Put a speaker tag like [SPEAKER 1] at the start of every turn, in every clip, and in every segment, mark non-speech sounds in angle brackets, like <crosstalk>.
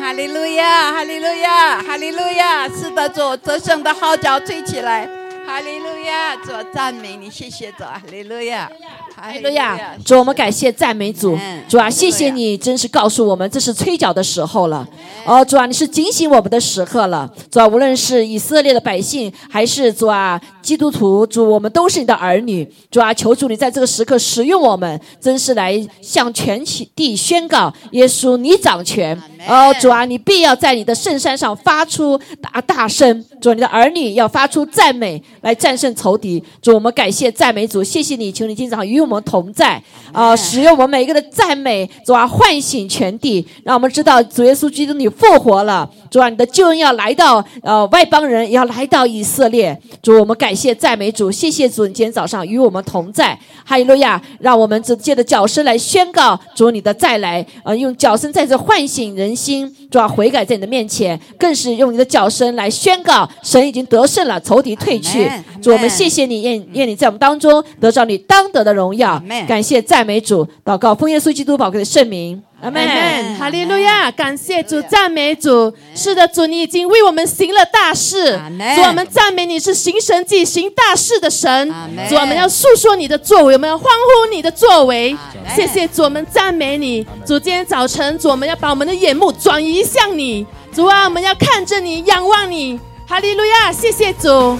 [SPEAKER 1] 哈利路亚，哈利路亚，哈利路亚！是的，主，得胜的号角吹起来，哈利路亚！主赞美你，谢谢主，哈利路亚，哈
[SPEAKER 2] 哈利路亚！主，我们感谢赞美主
[SPEAKER 1] 嗯，
[SPEAKER 2] 主啊，谢谢你，真是告诉我们这是吹角的时候了。哦，主啊，你是警醒我们的时刻了。主啊，无论是以色列的百姓，还是主啊基督徒，主，我们都是你的儿女。主啊，求主你在这个时刻使用我们，真是来向全地宣告，耶稣你掌权。哦，主啊，你必要在你的圣山上发出大大声，主啊，你的儿女要发出赞美来战胜仇敌。主，我们感谢赞美主，谢谢你，求你今早与我们同在，啊、使用我们每一个的赞美，主啊，唤醒全地，让我们知道主耶稣基督你复活了，主啊，你的救恩要来到呃外邦人，也要来到以色列。主，我们感谢赞美主，谢谢主，你今天早上与我们同在，哈利路亚！让我们这借着脚声来宣告主你的再来，呃，用脚声再次唤醒人心，主啊，悔改在你的面前，更是用你的脚声来宣告神已经得胜了，仇敌退去
[SPEAKER 1] Amen，。
[SPEAKER 2] 主，我们
[SPEAKER 1] Amen
[SPEAKER 2] 谢谢你，愿愿你在我们当中得到你当得的荣耀
[SPEAKER 1] Amen。
[SPEAKER 2] 感谢赞美主，祷告奉耶稣基督宝贵的圣名，阿门。
[SPEAKER 1] Amen
[SPEAKER 3] 哈利路亚！感谢主，赞美主。是的，主，你已经为我们行了大事
[SPEAKER 1] Amen。
[SPEAKER 3] 主，我们赞美你是行神迹、行大事的神
[SPEAKER 1] Amen。
[SPEAKER 3] 主，我们要诉说你的作为，我们要欢呼你的作为。
[SPEAKER 1] Amen
[SPEAKER 3] 谢谢主，我们赞美你。主，今天早晨，主，我们要把我们的眼目转移向你。主啊，我们要看着你，仰望你。哈利路亚！谢谢主。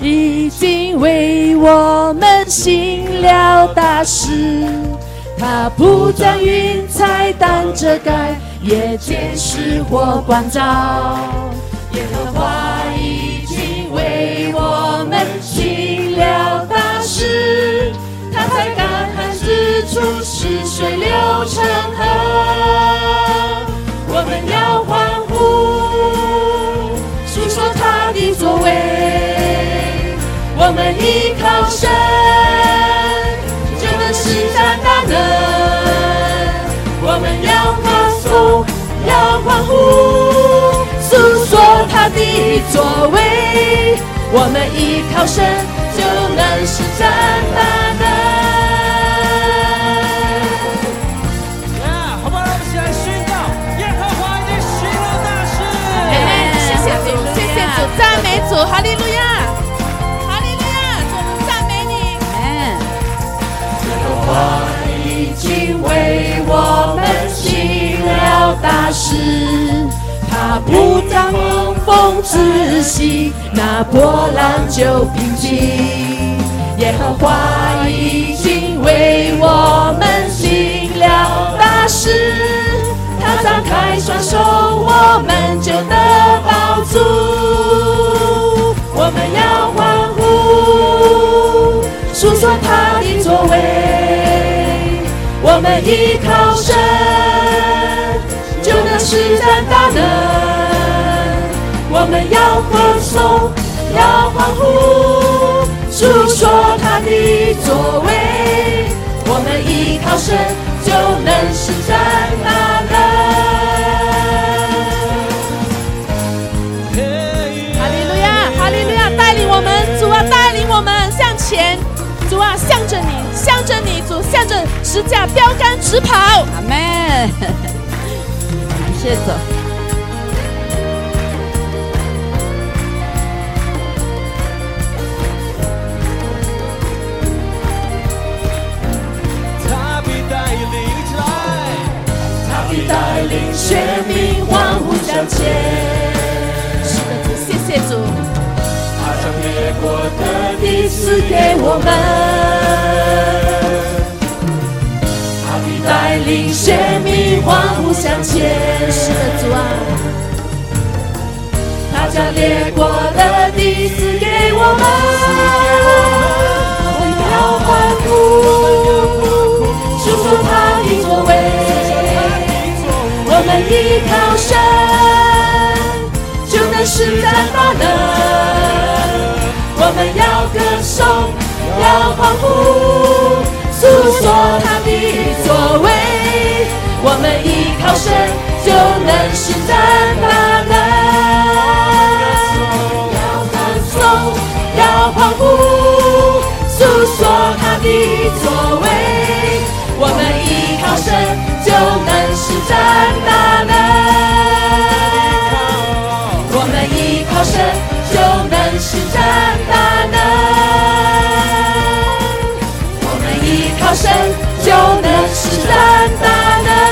[SPEAKER 3] 已经为我们行了大事，他不将云彩当遮盖，夜间是火光照。耶和华已经为我们行了大事，他在干旱之处使水流成河，我们要欢呼，诉说他的作为。我们依靠神，就能施展大能。我们要歌颂，要欢呼，诉说他的作为。我们依靠神，就能施展大能。
[SPEAKER 4] 呀，好不好？让我们一起来宣告：耶和华已经行了大事。
[SPEAKER 3] 谢谢主，谢谢主，赞美主，哈利路亚，哈利路亚，主我们赞美你。
[SPEAKER 1] 嗯，
[SPEAKER 3] 已经为我们行了大事，他不让狂风窒息，那波浪就平静。耶和华已经为我们行了大事，他张开双手，我们就得保住。我们要欢呼，诉说他的作为。我们依靠神，就能施展大能。我们要歌颂，要欢呼，诉说他的作为。我们依靠神，就能施展大能。哈利路亚，哈利路亚，带领我们，主啊，带领我们向前，主啊，向着你，向着你，主，向着十字架标杆直跑。
[SPEAKER 1] 阿门，感谢主，
[SPEAKER 4] 他必带领来，
[SPEAKER 3] 带领全民欢呼向前。是的，主，谢谢主，
[SPEAKER 4] 他将列国的
[SPEAKER 3] 第赐给我们。
[SPEAKER 4] 他必
[SPEAKER 3] 带领选民欢呼向前。是的，主啊，他将列国的地赐给我们，我们要欢呼，诉说他的作为。我们依靠神，就能施展大能。我们要歌颂，要欢呼，诉说他的作为。我们依靠神，就能施展大能。要歌颂，要欢呼，诉说他的作为。我们依靠神，就能施展大能。
[SPEAKER 1] 哎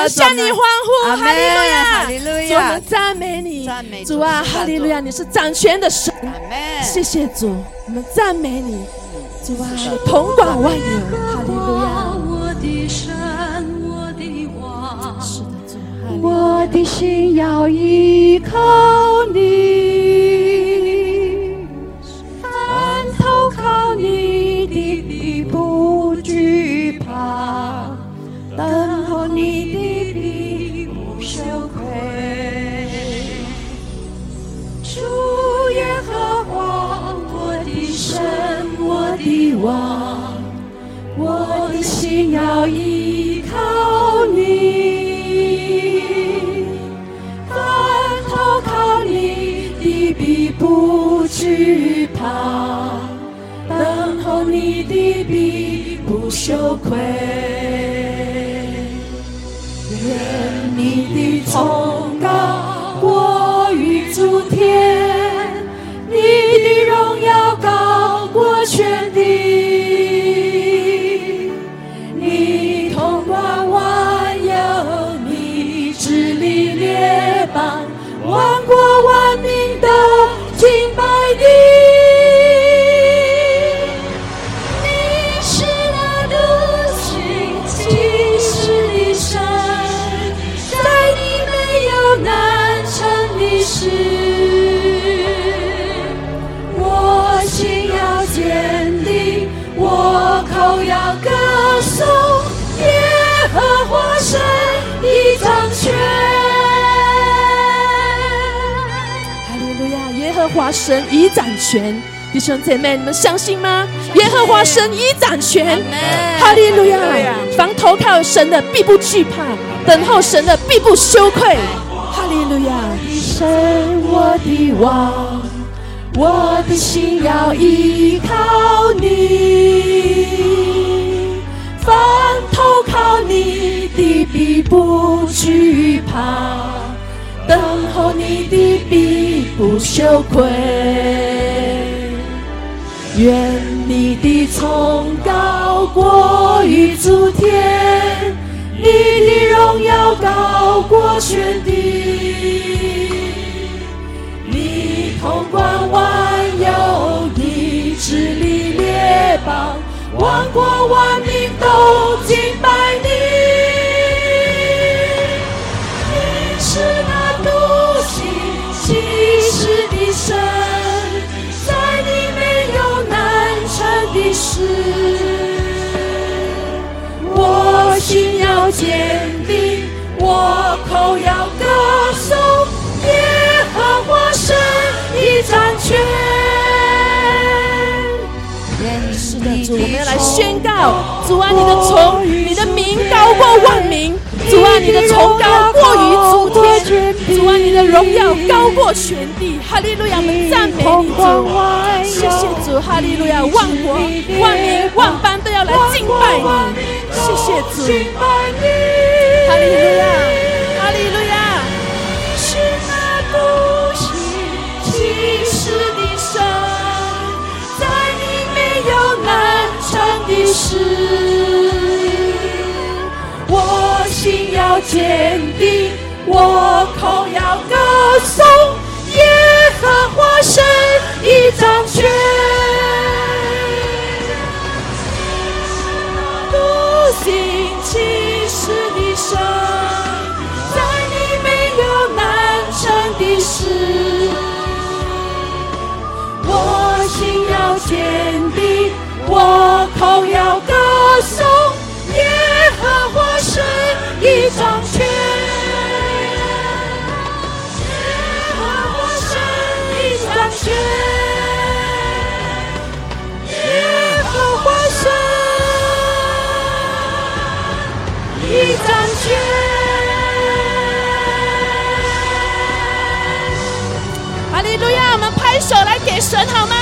[SPEAKER 1] 们
[SPEAKER 3] 向你欢呼，
[SPEAKER 1] 阿
[SPEAKER 3] 哈利路亚，
[SPEAKER 1] 门哈利路
[SPEAKER 3] 主
[SPEAKER 1] 亚
[SPEAKER 3] 我们，赞美你，
[SPEAKER 1] 赞美主
[SPEAKER 3] 主啊，
[SPEAKER 1] 是的
[SPEAKER 3] 哈利路亚，
[SPEAKER 1] 主
[SPEAKER 3] 你是掌权的神，
[SPEAKER 1] 阿门。
[SPEAKER 3] 谢谢主，我们赞美你，主啊，统管万有，哈利路亚，
[SPEAKER 5] 我的神，我的王，
[SPEAKER 3] 是的，主啊，
[SPEAKER 5] 我的心要依靠你，凡投靠你的必不惧怕，等候你的必不羞愧。主耶和华，我的神，我的王。我的心要依靠你，凡投靠你的必不惧怕，等候你的必不羞愧。愿你的崇高过于诸天，你的荣耀高过全地。你统管万有，你治理列邦，万国万民都敬拜你。你是那独行其事的神，在你没有难成的事。我心要坚定，我口要歌颂耶和华神的掌权。
[SPEAKER 3] 哈利路亚，耶和华神已掌权。弟兄姐妹，你们相信吗？耶和华神已掌权，哈利路亚！凡投靠神的必不惧怕，等候神的必不羞愧。哈利路亚！
[SPEAKER 5] 神，我的王，我的心要依靠你，凡投靠你的必不惧怕，等候你的必不羞愧。愿你的崇高过于诸天，你的荣耀高过全地。你统管万有，你治理列邦，万国万民都敬拜你。你是那独行其事的神，在你没有难成的事。我心要坚定，我口要歌颂耶和华神已掌权。
[SPEAKER 3] 是的，主，我们要来宣告，主啊，你的崇，你的名高过万民，主啊，你的崇高过于诸天，主啊，你的荣耀高过全地，哈利路亚，我们赞美你，主，谢谢主，哈利路亚，万国、万民、万邦都要来敬拜你，谢谢主，哈利路亚，哈利路亚。
[SPEAKER 5] 是那不行其事的神，在你没有难成的事。我心要坚定，我口要歌颂耶和华神已掌权。独行其事的神，在你没有难成的事。我心要坚定，我口要歌颂耶和华神已掌权。耶和华神已掌权。耶和华神已掌权。
[SPEAKER 3] 哈利路亚！我们拍手来给神好吗？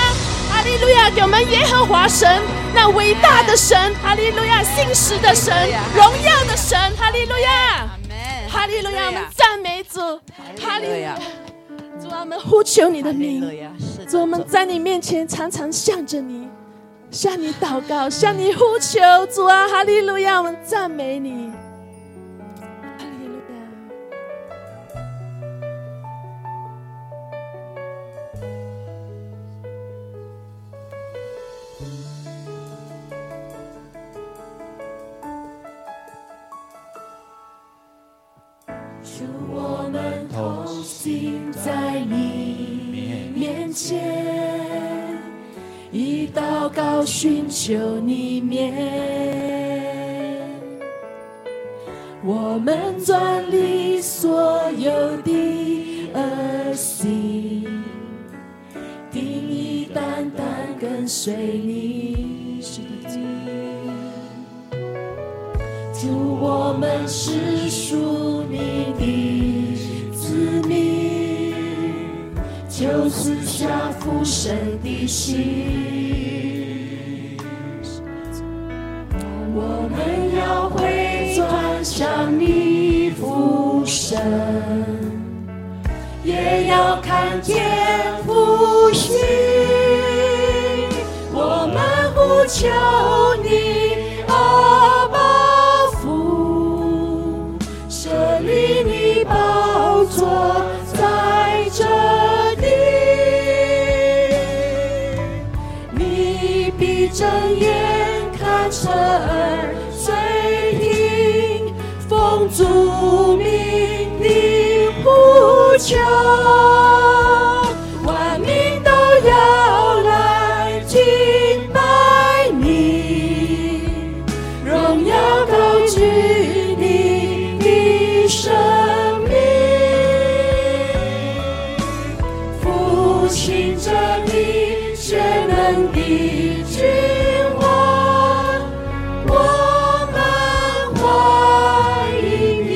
[SPEAKER 3] 哈利路亚！给我们耶和华神，那伟大的神，哈利路亚！信实的神，荣耀的神，哈利路亚！
[SPEAKER 1] Amen
[SPEAKER 3] 哈利路亚！我们赞美主，哈利路亚！主啊，我们呼求你的名，
[SPEAKER 1] 是的
[SPEAKER 3] 主，我们在你面前常常向着你，向你祷告，向你呼求，主啊，哈利路亚！我们赞美你，哈利
[SPEAKER 5] 以祷告寻求你面。我们转离所有的恶行，定义单单跟随你。主，我们是属你的子民，求赐下父神的心。我们要回转向你父神，也要看见复兴。我们呼求你，阿爸父，设立你宝座在这地。你闭着眼看彻耳垂听，风烛命的呼求，万民都要来敬拜你，荣耀高举你的生命。复兴着你全能的君王，我们欢迎你。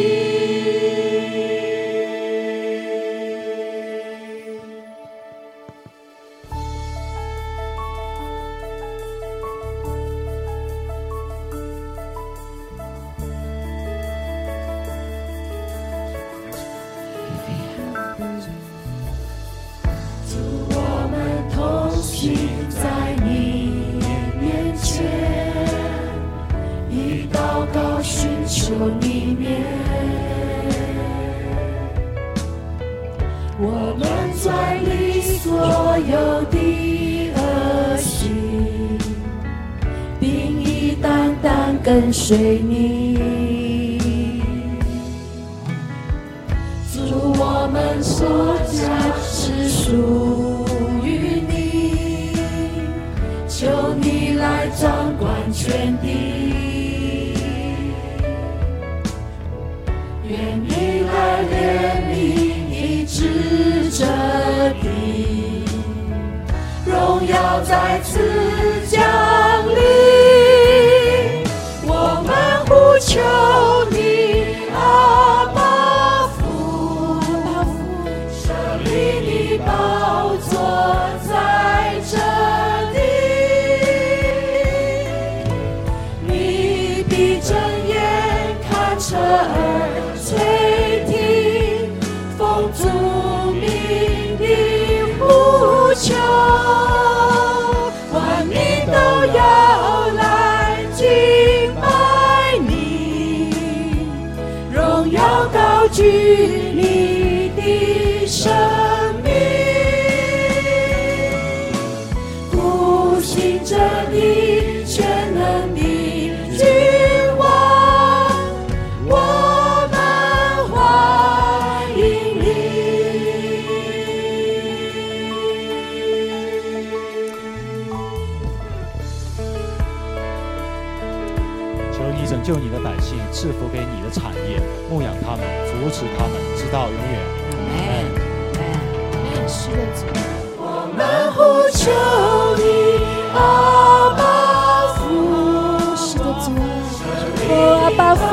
[SPEAKER 5] 我们同行在你面前，以祷告寻求你面。我们转离所有的恶行，并以单单跟随你。主，我们所家是属于你，求你来掌管全地。愿你来怜悯，医治这地，荣耀再次降临。我们呼求你，阿爸父，设立你宝座在这里。你闭着眼看彻耳垂听，风烛明的呼求，万民都要来敬拜你，荣耀高举你的生命。复兴着你全能的君王，我们欢迎你。
[SPEAKER 6] 求你拯救你的百姓，赐福给你的产业，牧养他们，扶持他们，直到永远。
[SPEAKER 5] 我们呼求你，阿爸父，是的主，哦，阿爸父，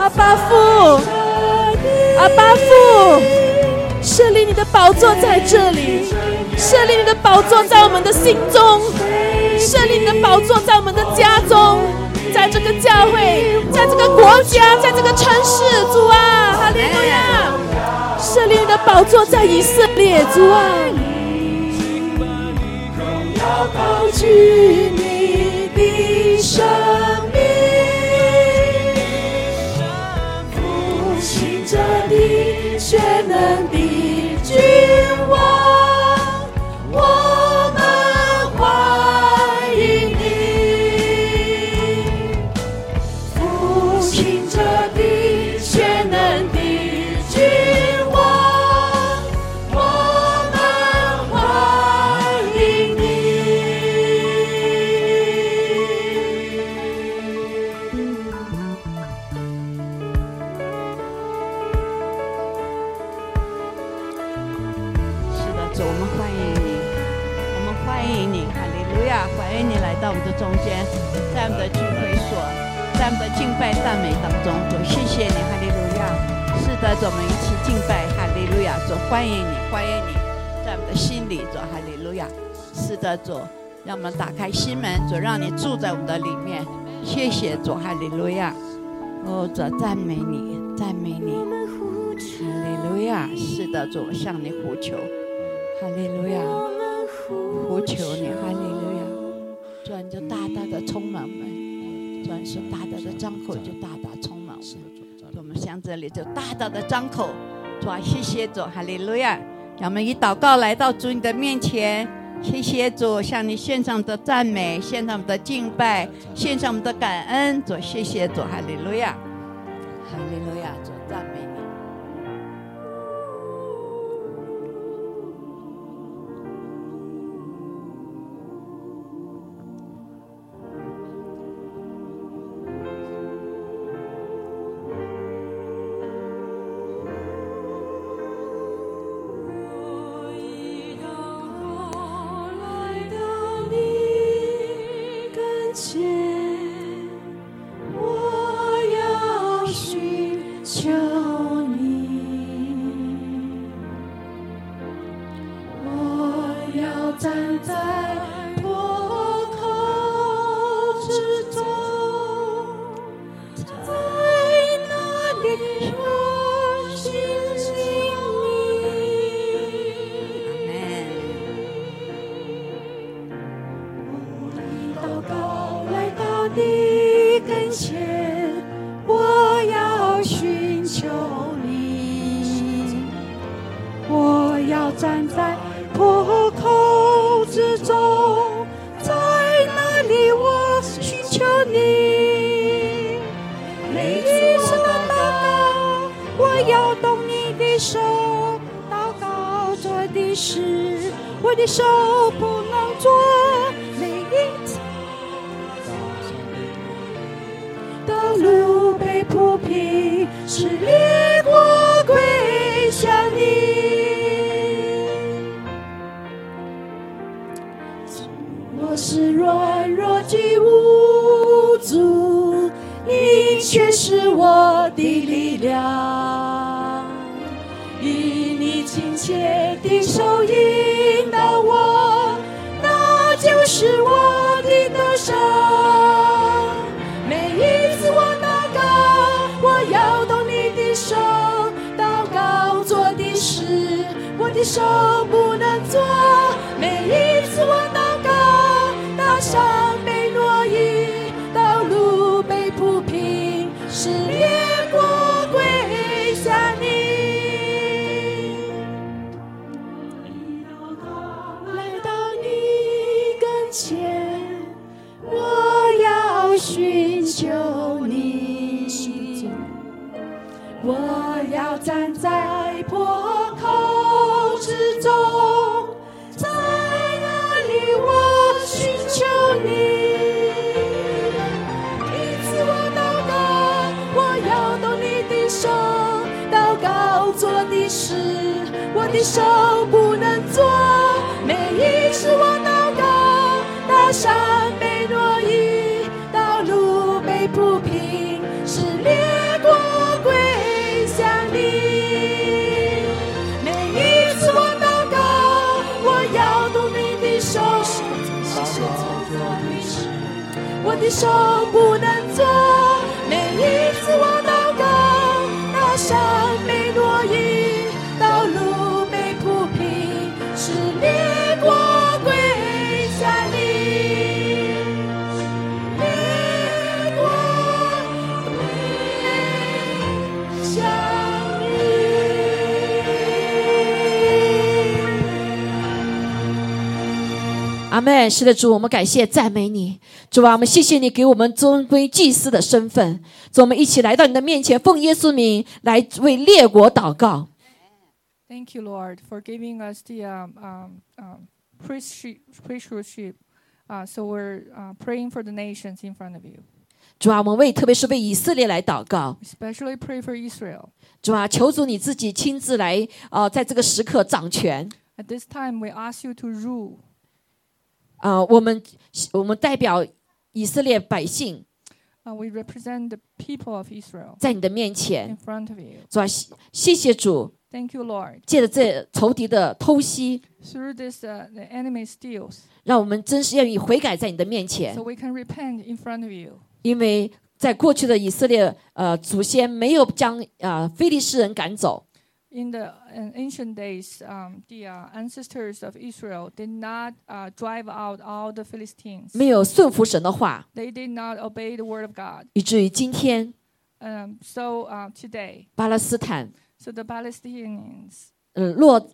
[SPEAKER 3] 阿巴父，阿巴父，设立你的宝座在这里，设立你的宝座在我们的心中，设立你的宝座在我们的家中，在这个教会，在这个国家，在这个城市，主啊，哈利路亚！设立你的宝座在以色列，主啊，
[SPEAKER 5] 要高举你的生命，复兴着你全能的君王，我们欢迎你。复兴着你全能的君王，我们欢迎你。
[SPEAKER 1] 啊，感恩你来到我们的中间，在我们的聚会所，在我们的敬拜赞美当中，主，谢谢你，哈利路亚。是的，主，我们一起敬拜，哈利路亚，主，欢迎你，欢迎你，在我们的心里，主，哈利路亚。是的，主，让我们打开心门，主，让你住在我们的里面。谢谢主，哈利路亚。哦，主，赞美你，赞美你。哈利路亚，是的，主，我向你呼求。哈利路亚，呼求你，哈利路亚。主啊，你就大大的充满我们，主啊，你说大大的张口就大大充满我们。我们向这里就大大的张口，主啊，谢谢主，哈利路亚。让我们以祷告来到主你的面前，谢谢主，向你献上我们的赞美，献上我们的敬拜，献上我们的感恩，主，谢谢主，哈利路亚，哈利路亚，主赞美你。
[SPEAKER 5] 我已到后来到你跟前，我要寻求你，我要站在破口之中，在那里我寻你。祷告来到你跟前，我要寻求你，我要站在破口之中，在那里我寻求你。每一次的祷告，我要动你的手，祷告做的事，我的手不能做。每一次道路被铺平，是列国归向你。我是软弱及无助，你却是我的力量。以你亲切的手引导我，那就是我的得胜。每一次我祷告，我要动你的手，祷告做的事，我的手不能做。每一次我祷告，大山被挪移，道路被铺平，是越过归向你。祷告来到你跟前，我要寻求你，我要站在破口之中，在那里我寻求你。一次我祷告，我要动你的手，祷告做的事，我的手不能做。每一次我祷告，大山被挪移，道路被铺平，是列国归向你。每一次我祷告，我要动你的手，我的手不能做。每一次我祷告，大山被挪移，道路被铺平，是列国归向你。列国归向你。
[SPEAKER 2] 阿妹，是的，主，我们感谢赞美你，主啊，我们谢谢你给我们尊贵祭司的身份，主，啊我们一起来到你的面前，奉耶稣名来为列国祷告。
[SPEAKER 7] Thank you, Lord, for giving us the um, um, um, priestship. priesthood. Uh, so we're uh, praying for the nations in front of you.
[SPEAKER 2] 主啊，我们为特别是为以色列来祷告，
[SPEAKER 7] Especially pray for Israel.
[SPEAKER 2] 主啊，求主你自己亲自来，呃，在这个时刻掌权，
[SPEAKER 7] At this time, we ask you to rule.
[SPEAKER 2] 啊、我们我们代表以色列百姓
[SPEAKER 7] Uh, we represent the people of Israel
[SPEAKER 2] 在你的面
[SPEAKER 7] in
[SPEAKER 2] 前，
[SPEAKER 7] front of you.
[SPEAKER 2] 主啊，谢谢谢主，
[SPEAKER 7] Thank you, Lord.
[SPEAKER 2] 借着这仇敌的偷袭，
[SPEAKER 7] Through this, uh, the enemy steals,
[SPEAKER 2] 让我们真是愿意悔改在你的面前
[SPEAKER 7] so，we can repent in front of you.
[SPEAKER 2] 因为在过去的以色列呃祖先没有将啊、呃非利士人赶走，
[SPEAKER 7] In the uh, ancient days, um, the uh, ancestors of Israel did not uh, drive out all the Philistines.
[SPEAKER 2] 没有顺服神的话，
[SPEAKER 7] They did not obey the word of God.
[SPEAKER 2] 以至于今天
[SPEAKER 7] Um, so uh, today,
[SPEAKER 2] 巴勒斯坦
[SPEAKER 7] so the Palestinians
[SPEAKER 2] 嗯、呃落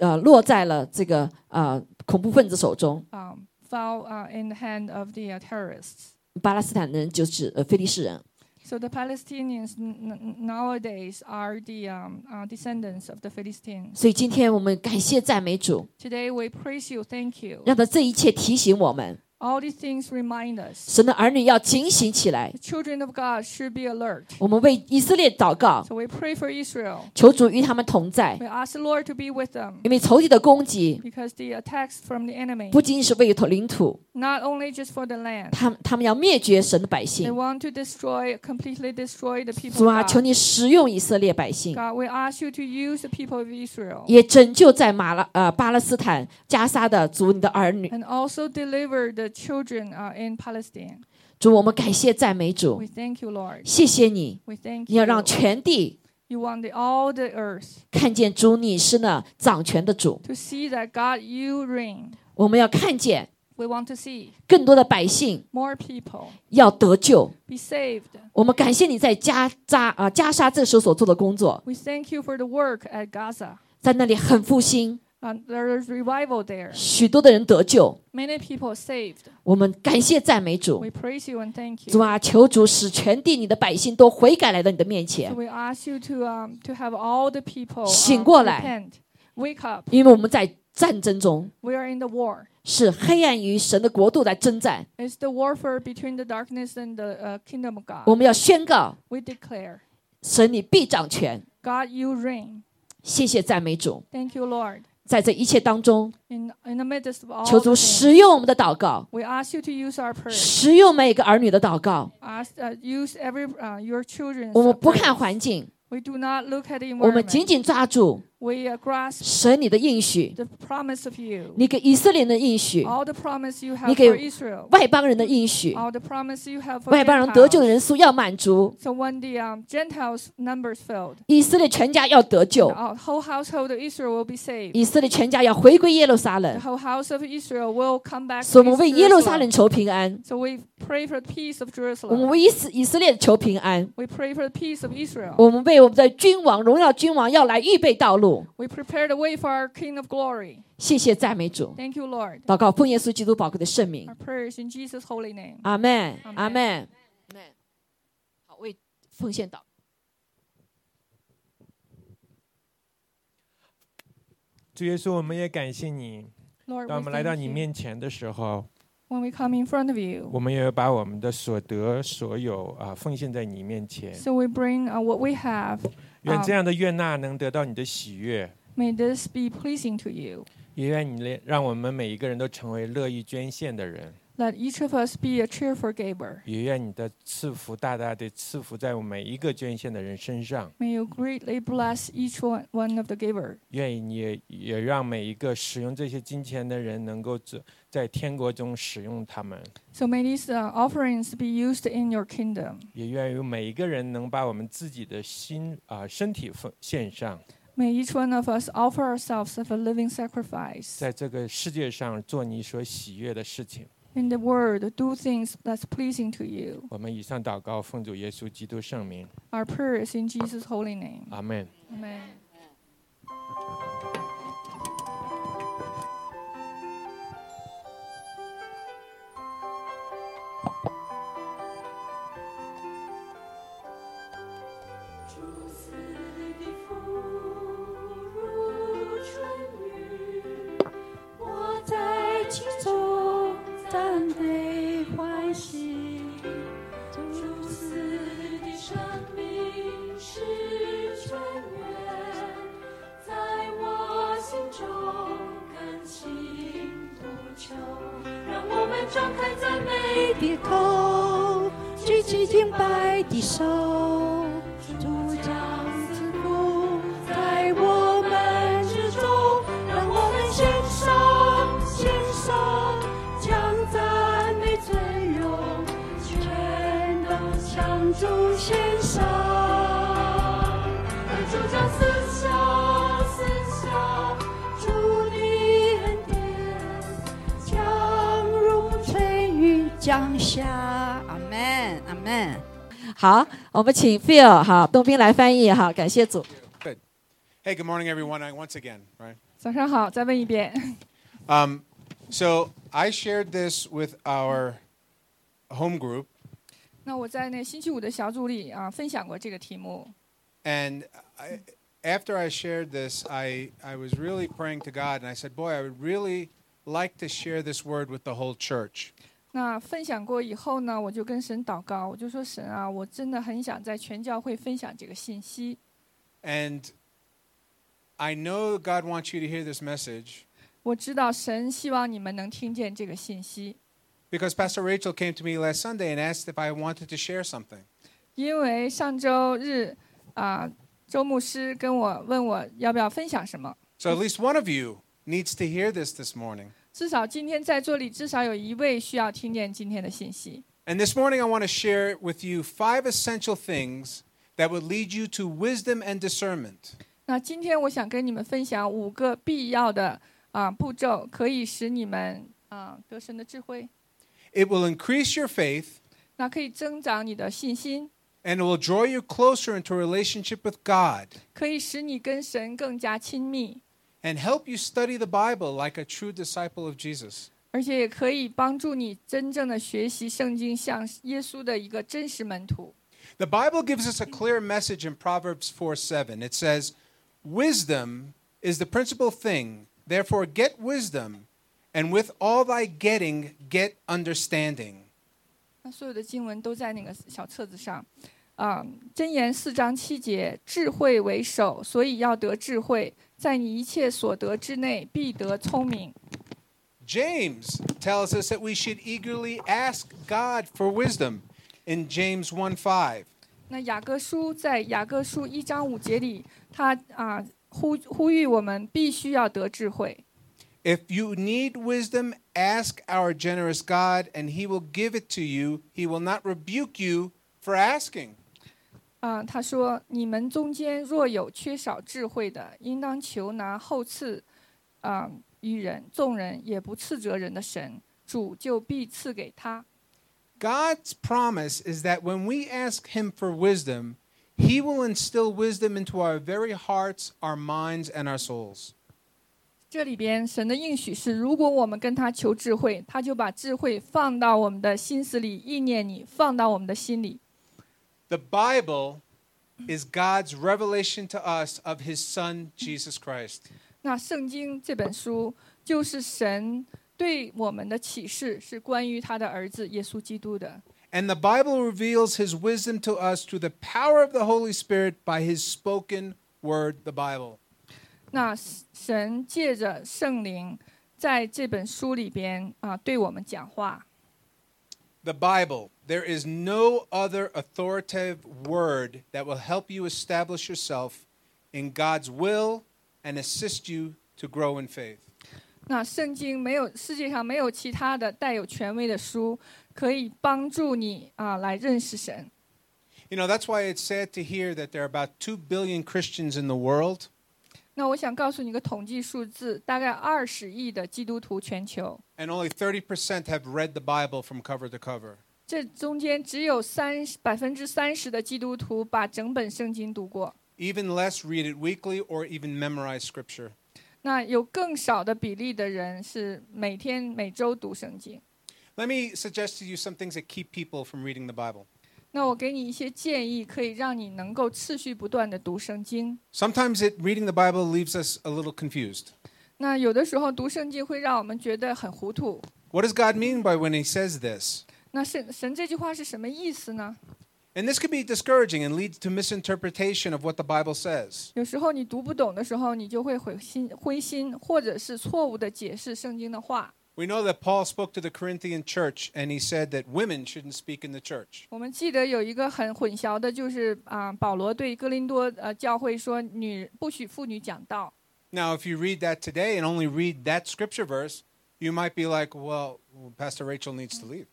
[SPEAKER 2] 呃落在了这个啊、呃恐怖分子手中，
[SPEAKER 7] um, fell uh, in the hand of the uh, terrorists.
[SPEAKER 2] 巴勒斯坦人就是呃非利士人。
[SPEAKER 7] So the Palestinians n- n- nowadays are the um, uh, descendants of the Philistines.
[SPEAKER 2] 所以今天我们感谢赞美主，
[SPEAKER 7] Today we praise you, thank you.
[SPEAKER 2] 让他这一切提醒我们，
[SPEAKER 7] All these things remind us.
[SPEAKER 2] 神的儿女要警醒起来
[SPEAKER 7] The。children of God should be alert.
[SPEAKER 2] 我们为以色列祷告，
[SPEAKER 7] So we pray for Israel.
[SPEAKER 2] 求主与他们同在，
[SPEAKER 7] We ask the Lord to be with them
[SPEAKER 2] 因为仇敌的攻击
[SPEAKER 7] because the attacks from the enemy,
[SPEAKER 2] 不仅仅是为土领土，
[SPEAKER 7] not only just for the land,
[SPEAKER 2] 他们他们要灭绝神的百
[SPEAKER 7] they
[SPEAKER 2] 姓。
[SPEAKER 7] want to destroy, completely destroy the people
[SPEAKER 2] 主啊，
[SPEAKER 7] of
[SPEAKER 2] 求
[SPEAKER 7] God.
[SPEAKER 2] 你使用以色列百姓，
[SPEAKER 7] God, we ask you to use the people of Israel
[SPEAKER 2] 也拯救在马拉呃巴勒斯坦加沙的族你的儿女。
[SPEAKER 7] and also deliver the children uh, in Palestine.
[SPEAKER 2] 主，我们感谢赞美主
[SPEAKER 7] We，thank you, Lord.
[SPEAKER 2] 谢谢你，
[SPEAKER 7] We thank
[SPEAKER 2] 你要让
[SPEAKER 7] you.
[SPEAKER 2] 全地
[SPEAKER 7] You want the, all the earth
[SPEAKER 2] 看见主你是那掌权的主。
[SPEAKER 7] to see that God, you reign.
[SPEAKER 2] 我们要看见
[SPEAKER 7] We want to see
[SPEAKER 2] 更多的百姓
[SPEAKER 7] more people
[SPEAKER 2] 要得救。
[SPEAKER 7] be saved.
[SPEAKER 2] 我们感谢你在加扎啊、加沙这时候所做的工作，
[SPEAKER 7] We thank you for the work at Gaza.
[SPEAKER 2] 在那里很复兴，
[SPEAKER 7] Um, there is revival there.
[SPEAKER 2] 许多的人得救。
[SPEAKER 7] Many people saved.
[SPEAKER 2] 我们感谢赞美主
[SPEAKER 7] We，praise you and thank you.
[SPEAKER 2] 主啊，求主使全地你的百姓都悔改来到你的面
[SPEAKER 7] So
[SPEAKER 2] 前，
[SPEAKER 7] we ask you to um, to have all the people
[SPEAKER 2] 醒
[SPEAKER 7] um,
[SPEAKER 2] 过来
[SPEAKER 7] repent, wake up.
[SPEAKER 2] 因为我们在战争中，
[SPEAKER 7] We are in the war.
[SPEAKER 2] 是黑暗与神的国度在征战。
[SPEAKER 7] It's the warfare between the darkness and the uh, kingdom of
[SPEAKER 2] 我
[SPEAKER 7] God.
[SPEAKER 2] 们要宣告，
[SPEAKER 7] We declare,
[SPEAKER 2] 神你必掌权。
[SPEAKER 7] God, you reign.
[SPEAKER 2] 谢谢赞美主，
[SPEAKER 7] Thank you, Lord.
[SPEAKER 2] 在这一切当中，
[SPEAKER 7] In in the midst of all
[SPEAKER 2] 求
[SPEAKER 7] the
[SPEAKER 2] 主
[SPEAKER 7] things,
[SPEAKER 2] 使用我们的祷告，
[SPEAKER 7] we ask you to use our prayer.
[SPEAKER 2] 使用每个儿女的祷告。
[SPEAKER 7] Ask, uh, use every uh, your children.
[SPEAKER 2] 我们不看环境，
[SPEAKER 7] We do not look at the
[SPEAKER 2] 我们紧
[SPEAKER 7] environment.
[SPEAKER 2] 紧抓住
[SPEAKER 7] We uh, grasp
[SPEAKER 2] 神你的应许，
[SPEAKER 7] the promise of you.
[SPEAKER 2] 你给以色列人的应许，
[SPEAKER 7] All the promise you have
[SPEAKER 2] 你给
[SPEAKER 7] for Israel.
[SPEAKER 2] 外邦人的应许，
[SPEAKER 7] All the promise you have for
[SPEAKER 2] 外邦人得救
[SPEAKER 7] Gentiles.
[SPEAKER 2] 的人数要满足，
[SPEAKER 7] So when the um, Gentiles numbers failed,
[SPEAKER 2] 以色列全家要得救
[SPEAKER 7] the，uh, whole household of Israel will be saved.
[SPEAKER 2] 以色列全家要回归耶路撒
[SPEAKER 7] The
[SPEAKER 2] 冷。
[SPEAKER 7] whole house of Israel will come back.
[SPEAKER 2] 所以
[SPEAKER 7] to
[SPEAKER 2] 我们为耶路撒冷
[SPEAKER 7] Jerusalem.
[SPEAKER 2] 求平安，
[SPEAKER 7] So we pray for the peace of
[SPEAKER 2] 我们
[SPEAKER 7] Jerusalem.
[SPEAKER 2] 为以色以色列求平安，
[SPEAKER 7] We pray for the peace of Israel.
[SPEAKER 2] 我们为我们的君王、荣耀君王要来预备道路。
[SPEAKER 7] We prepare the way for our King of Glory.
[SPEAKER 2] 谢谢赞美主，
[SPEAKER 7] Thank you, Lord.
[SPEAKER 2] 祷告奉耶稣基督宝贵的圣名
[SPEAKER 7] ，Our，prayers in Jesus' holy name.
[SPEAKER 2] 阿门，
[SPEAKER 7] Amen
[SPEAKER 2] 阿门，好，为奉献祷。
[SPEAKER 8] 主耶稣，我们也感谢你。
[SPEAKER 7] Lord,
[SPEAKER 8] 当
[SPEAKER 7] we
[SPEAKER 8] 我们来到
[SPEAKER 7] thank
[SPEAKER 8] 你
[SPEAKER 7] you.
[SPEAKER 8] 面前的时候，
[SPEAKER 7] When we come in front of
[SPEAKER 8] 我
[SPEAKER 7] you,
[SPEAKER 8] 们也把我们的所得、所有啊、奉献在你面前。
[SPEAKER 7] so we bring uh, what we have.
[SPEAKER 8] 愿
[SPEAKER 7] 啊
[SPEAKER 8] 这样的悦纳能得到你的喜悦，
[SPEAKER 7] May this be pleasing to you.
[SPEAKER 8] 也愿你让我们每一个人都成为乐意捐献的人，
[SPEAKER 7] Let each of us be a cheerful giver.
[SPEAKER 8] 也愿你的赐福大大的赐福在我们每一个捐献的人身上。
[SPEAKER 7] May you greatly bless each one, one of the giver.
[SPEAKER 8] 愿意你也也让每一个使用这些金钱的人能够在在天国中使用它们，
[SPEAKER 7] So may these uh, offerings be used in your kingdom.
[SPEAKER 8] 也愿意每一个人能把我们自己的心啊、身体奉献上，
[SPEAKER 7] May each one of us offer ourselves as a living sacrifice.
[SPEAKER 8] 在这个世界上做你所喜悦的事情。
[SPEAKER 7] In the word, do things that's pleasing to you.
[SPEAKER 8] 我们以上祷告，奉主耶稣基督圣名，
[SPEAKER 7] Our prayer is in Jesus' holy name.
[SPEAKER 8] 阿门。
[SPEAKER 7] Amen.
[SPEAKER 5] 求，让我们张开赞美的口，举起敬拜的手，主张赐福在我们之中，让我们献上献上，将赞美尊荣全都向主献上，而主张赐下赐下主的恩典。降入春雨降下，阿门，阿门。
[SPEAKER 2] 好，我们请 Phil 哈东兵来翻译哈，感谢主。
[SPEAKER 9] Hey, good morning, everyone. I, once again, right?
[SPEAKER 7] 早上好，再问一遍。 <laughs>
[SPEAKER 9] Um, so I shared this with our home group,
[SPEAKER 7] 那我在那星期五的小组里啊，分享过这个题目。
[SPEAKER 9] and I, after I shared this, I, I was really praying to God, and I said, Boy, I would really like to share this word with the whole church.
[SPEAKER 7] 那分享过以后呢，我就跟神祷告，我就说神啊，我真的很想在全教会分享这个信息。
[SPEAKER 9] And I know God wants you to hear this message
[SPEAKER 7] 我知道神希望你们能听见这个信息，
[SPEAKER 9] because Pastor Rachel came to me last Sunday and asked if I wanted to share something.
[SPEAKER 7] 因为上周日啊，周牧师跟我问我要不要分享什么。
[SPEAKER 9] So at least one of you needs to hear this this morning.
[SPEAKER 7] 至少今天在座里至少有一位需要听见今天的信息。
[SPEAKER 9] And this morning, I want to share with you five essential things that would lead you to wisdom and discernment.
[SPEAKER 7] 那今天我想跟你们分享五个必要的啊步骤，可以使你们啊得神的智慧，
[SPEAKER 9] It will increase your faith
[SPEAKER 7] 那可以增长你的信心，
[SPEAKER 9] and it will draw you closer into a relationship with God
[SPEAKER 7] 可以使你跟神更加亲密，
[SPEAKER 9] and help you study the Bible like a true disciple of Jesus.
[SPEAKER 7] 而且也可以帮助你真正的学习圣经，像耶稣的一个真实门徒。
[SPEAKER 9] The Bible gives us a clear message in Proverbs 4 7. It says, Wisdom is the principal thing, therefore get wisdom, and with all thy getting, get understanding.
[SPEAKER 7] 那所有的经文都在那个小册子上，啊、箴言四章七节，智慧为首，所以要得智慧，在你一切所得之内必得聪明。
[SPEAKER 9] James tells us that we should eagerly ask God for wisdom in James 1 5.
[SPEAKER 7] 那雅各书在雅各书一章五节里，他啊、呼呼吁我们必须要得智慧。
[SPEAKER 9] If you need wisdom, ask our generous God, and he will give it to you. He will not rebuke you for asking.
[SPEAKER 7] 啊、他说：“你们中间若有缺少智慧的，应当求拿后赐，啊、于人众人也不斥责人的神，主就必赐给他。
[SPEAKER 9] God's promise is that when we ask him for wisdom, he will instill wisdom into our very hearts, our minds, and our souls. ”
[SPEAKER 7] 这里边神的应许是：如果我们跟他求智慧，他就把智慧放到我们的心思里、意念里，放到我们的心里。
[SPEAKER 9] The Bible is God's revelation to us of his son, Jesus Christ.
[SPEAKER 7] 那《圣经》这本书就是神对我们的启示，是关于他的儿子耶稣基督的。
[SPEAKER 9] And the Bible reveals his wisdom to us through the power of the Holy Spirit by his spoken word, the Bible.
[SPEAKER 7] 那神借着圣灵，在这本书里边啊，对我们讲话。
[SPEAKER 9] The Bible. There is no other authoritative word that will help you establish yourself in God's will and assist you to grow in faith.
[SPEAKER 7] 那圣经没有世界上没有其他的带有权威的书，可以帮助你啊来认识神。
[SPEAKER 9] You know, that's why it's sad to hear that there are about 2 billion Christians in the world,
[SPEAKER 7] 那我想告诉你一个统计数字，大概二十亿的基督徒全球，
[SPEAKER 9] and only 30% have read the Bible from cover to cover.
[SPEAKER 7] 这中间只有三百分之三十的基督徒把整本圣经读过。
[SPEAKER 9] Even less read it weekly or even memorize scripture.
[SPEAKER 7] 那有更少的比例的人是每天每周读圣经。
[SPEAKER 9] Let me suggest to you some things that keep people from reading the Bible.
[SPEAKER 7] 那我给你一些建议，可以让你能够持续不断的读圣经。
[SPEAKER 9] Sometimes it, reading the Bible leaves us a little confused.
[SPEAKER 7] 那有的时候读圣经会让我们觉得很糊涂。
[SPEAKER 9] What does God mean by when he says this?
[SPEAKER 7] 那神神这句话是什么意思呢？
[SPEAKER 9] And this could be discouraging and lead to misinterpretation of what the Bible says.
[SPEAKER 7] 有时候你读不懂的时候，你就会灰心灰心，或者是错误的解释圣经的话。
[SPEAKER 9] We know that Paul spoke to the Corinthian church and he said that women shouldn't speak in the church.
[SPEAKER 7] 我们记得有一个很混淆的，就是啊、保罗对哥林多呃教会说，女不许妇女讲道。
[SPEAKER 9] Now, if you read that today and only read that scripture verse, you might be like, well, Pastor Rachel needs to leave.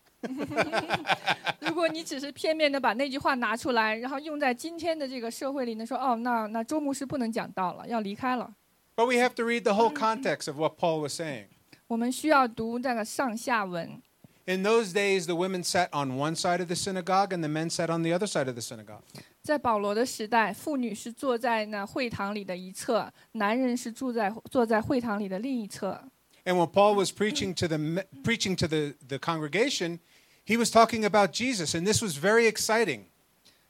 [SPEAKER 7] 如果你只是片面的把那句话拿出来，然后用在今天的这个社会里呢，说哦，那那周牧师不能讲道了，要离开了。
[SPEAKER 9] But we have to read the whole context of what Paul was saying.
[SPEAKER 7] 我们需要读那个上下文。
[SPEAKER 9] In those days, the women sat on one side of the synagogue and the men sat on the other side of the synagogue.
[SPEAKER 7] 在保罗的时代，妇女是坐在那会堂里的一侧，男人是住在坐在会堂里的另一侧。
[SPEAKER 9] And when Paul was preaching to the me- preaching to the, the congregation, he was talking about Jesus, and this was very exciting.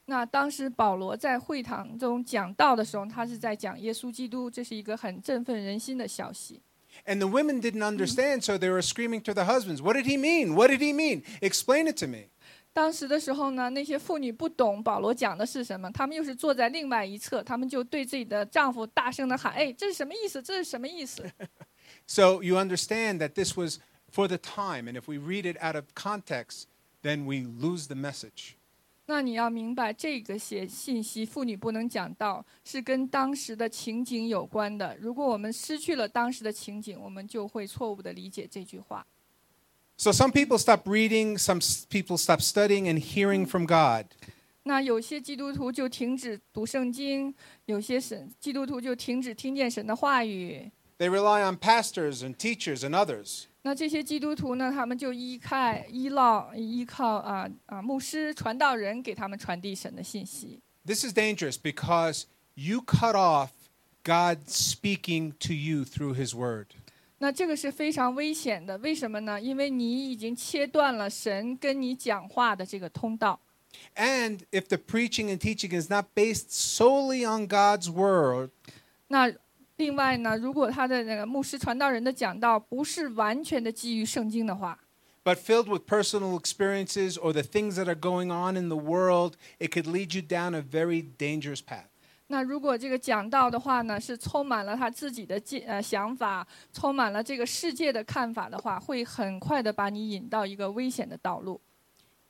[SPEAKER 7] 那当时保罗在会堂中讲道的时候，他是在讲耶稣基督，这是一个很振奋人心的消息。
[SPEAKER 9] And the women didn't understand, so they were screaming to their husbands, "What did he mean? What did he mean? Explain it to me."
[SPEAKER 7] 当时的时候呢，那些妇女不懂保罗讲的是什么，她们又是坐在另外一侧，她们就对自己的丈夫大声的喊：“哎，这是什么意思？这是什么意思
[SPEAKER 9] So you understand that this was for the time, and if we read it out of context, then we lose the message.？”
[SPEAKER 7] 那你要明白，这个些信息妇女不能讲到，是跟当时的情景有关的。如果我们失去了当时的情景，我们就会错误的理解这句话。
[SPEAKER 9] So some people stop reading, some s- people stop studying and hearing from God.
[SPEAKER 7] 那有些基督徒就停止读圣经，有些神基督徒就停止听见神的话语。
[SPEAKER 9] They rely on pastors and teachers and others.
[SPEAKER 7] 那这些基督徒呢，他们就依靠依赖依靠啊啊牧师、传道人给他们传递神的信息。
[SPEAKER 9] This is dangerous because you cut off God speaking to you through his word.
[SPEAKER 7] 那这个是非常危险的，为什么呢？因为你已经切断了神跟你讲话的这个通道。
[SPEAKER 9] And if the preaching and teaching is not based solely on God's word,
[SPEAKER 7] 那另外呢，如果他的那个牧师、传道人的讲道不是完全的基于圣经的话，
[SPEAKER 9] but filled with personal experiences or the things that are going on in the world, it could lead you down a very dangerous path.
[SPEAKER 7] 那如果这个讲道的话呢，是充满了他自己的见呃想法，充满了这个世界的看法的话，会很快的把你引到一个危险的道路。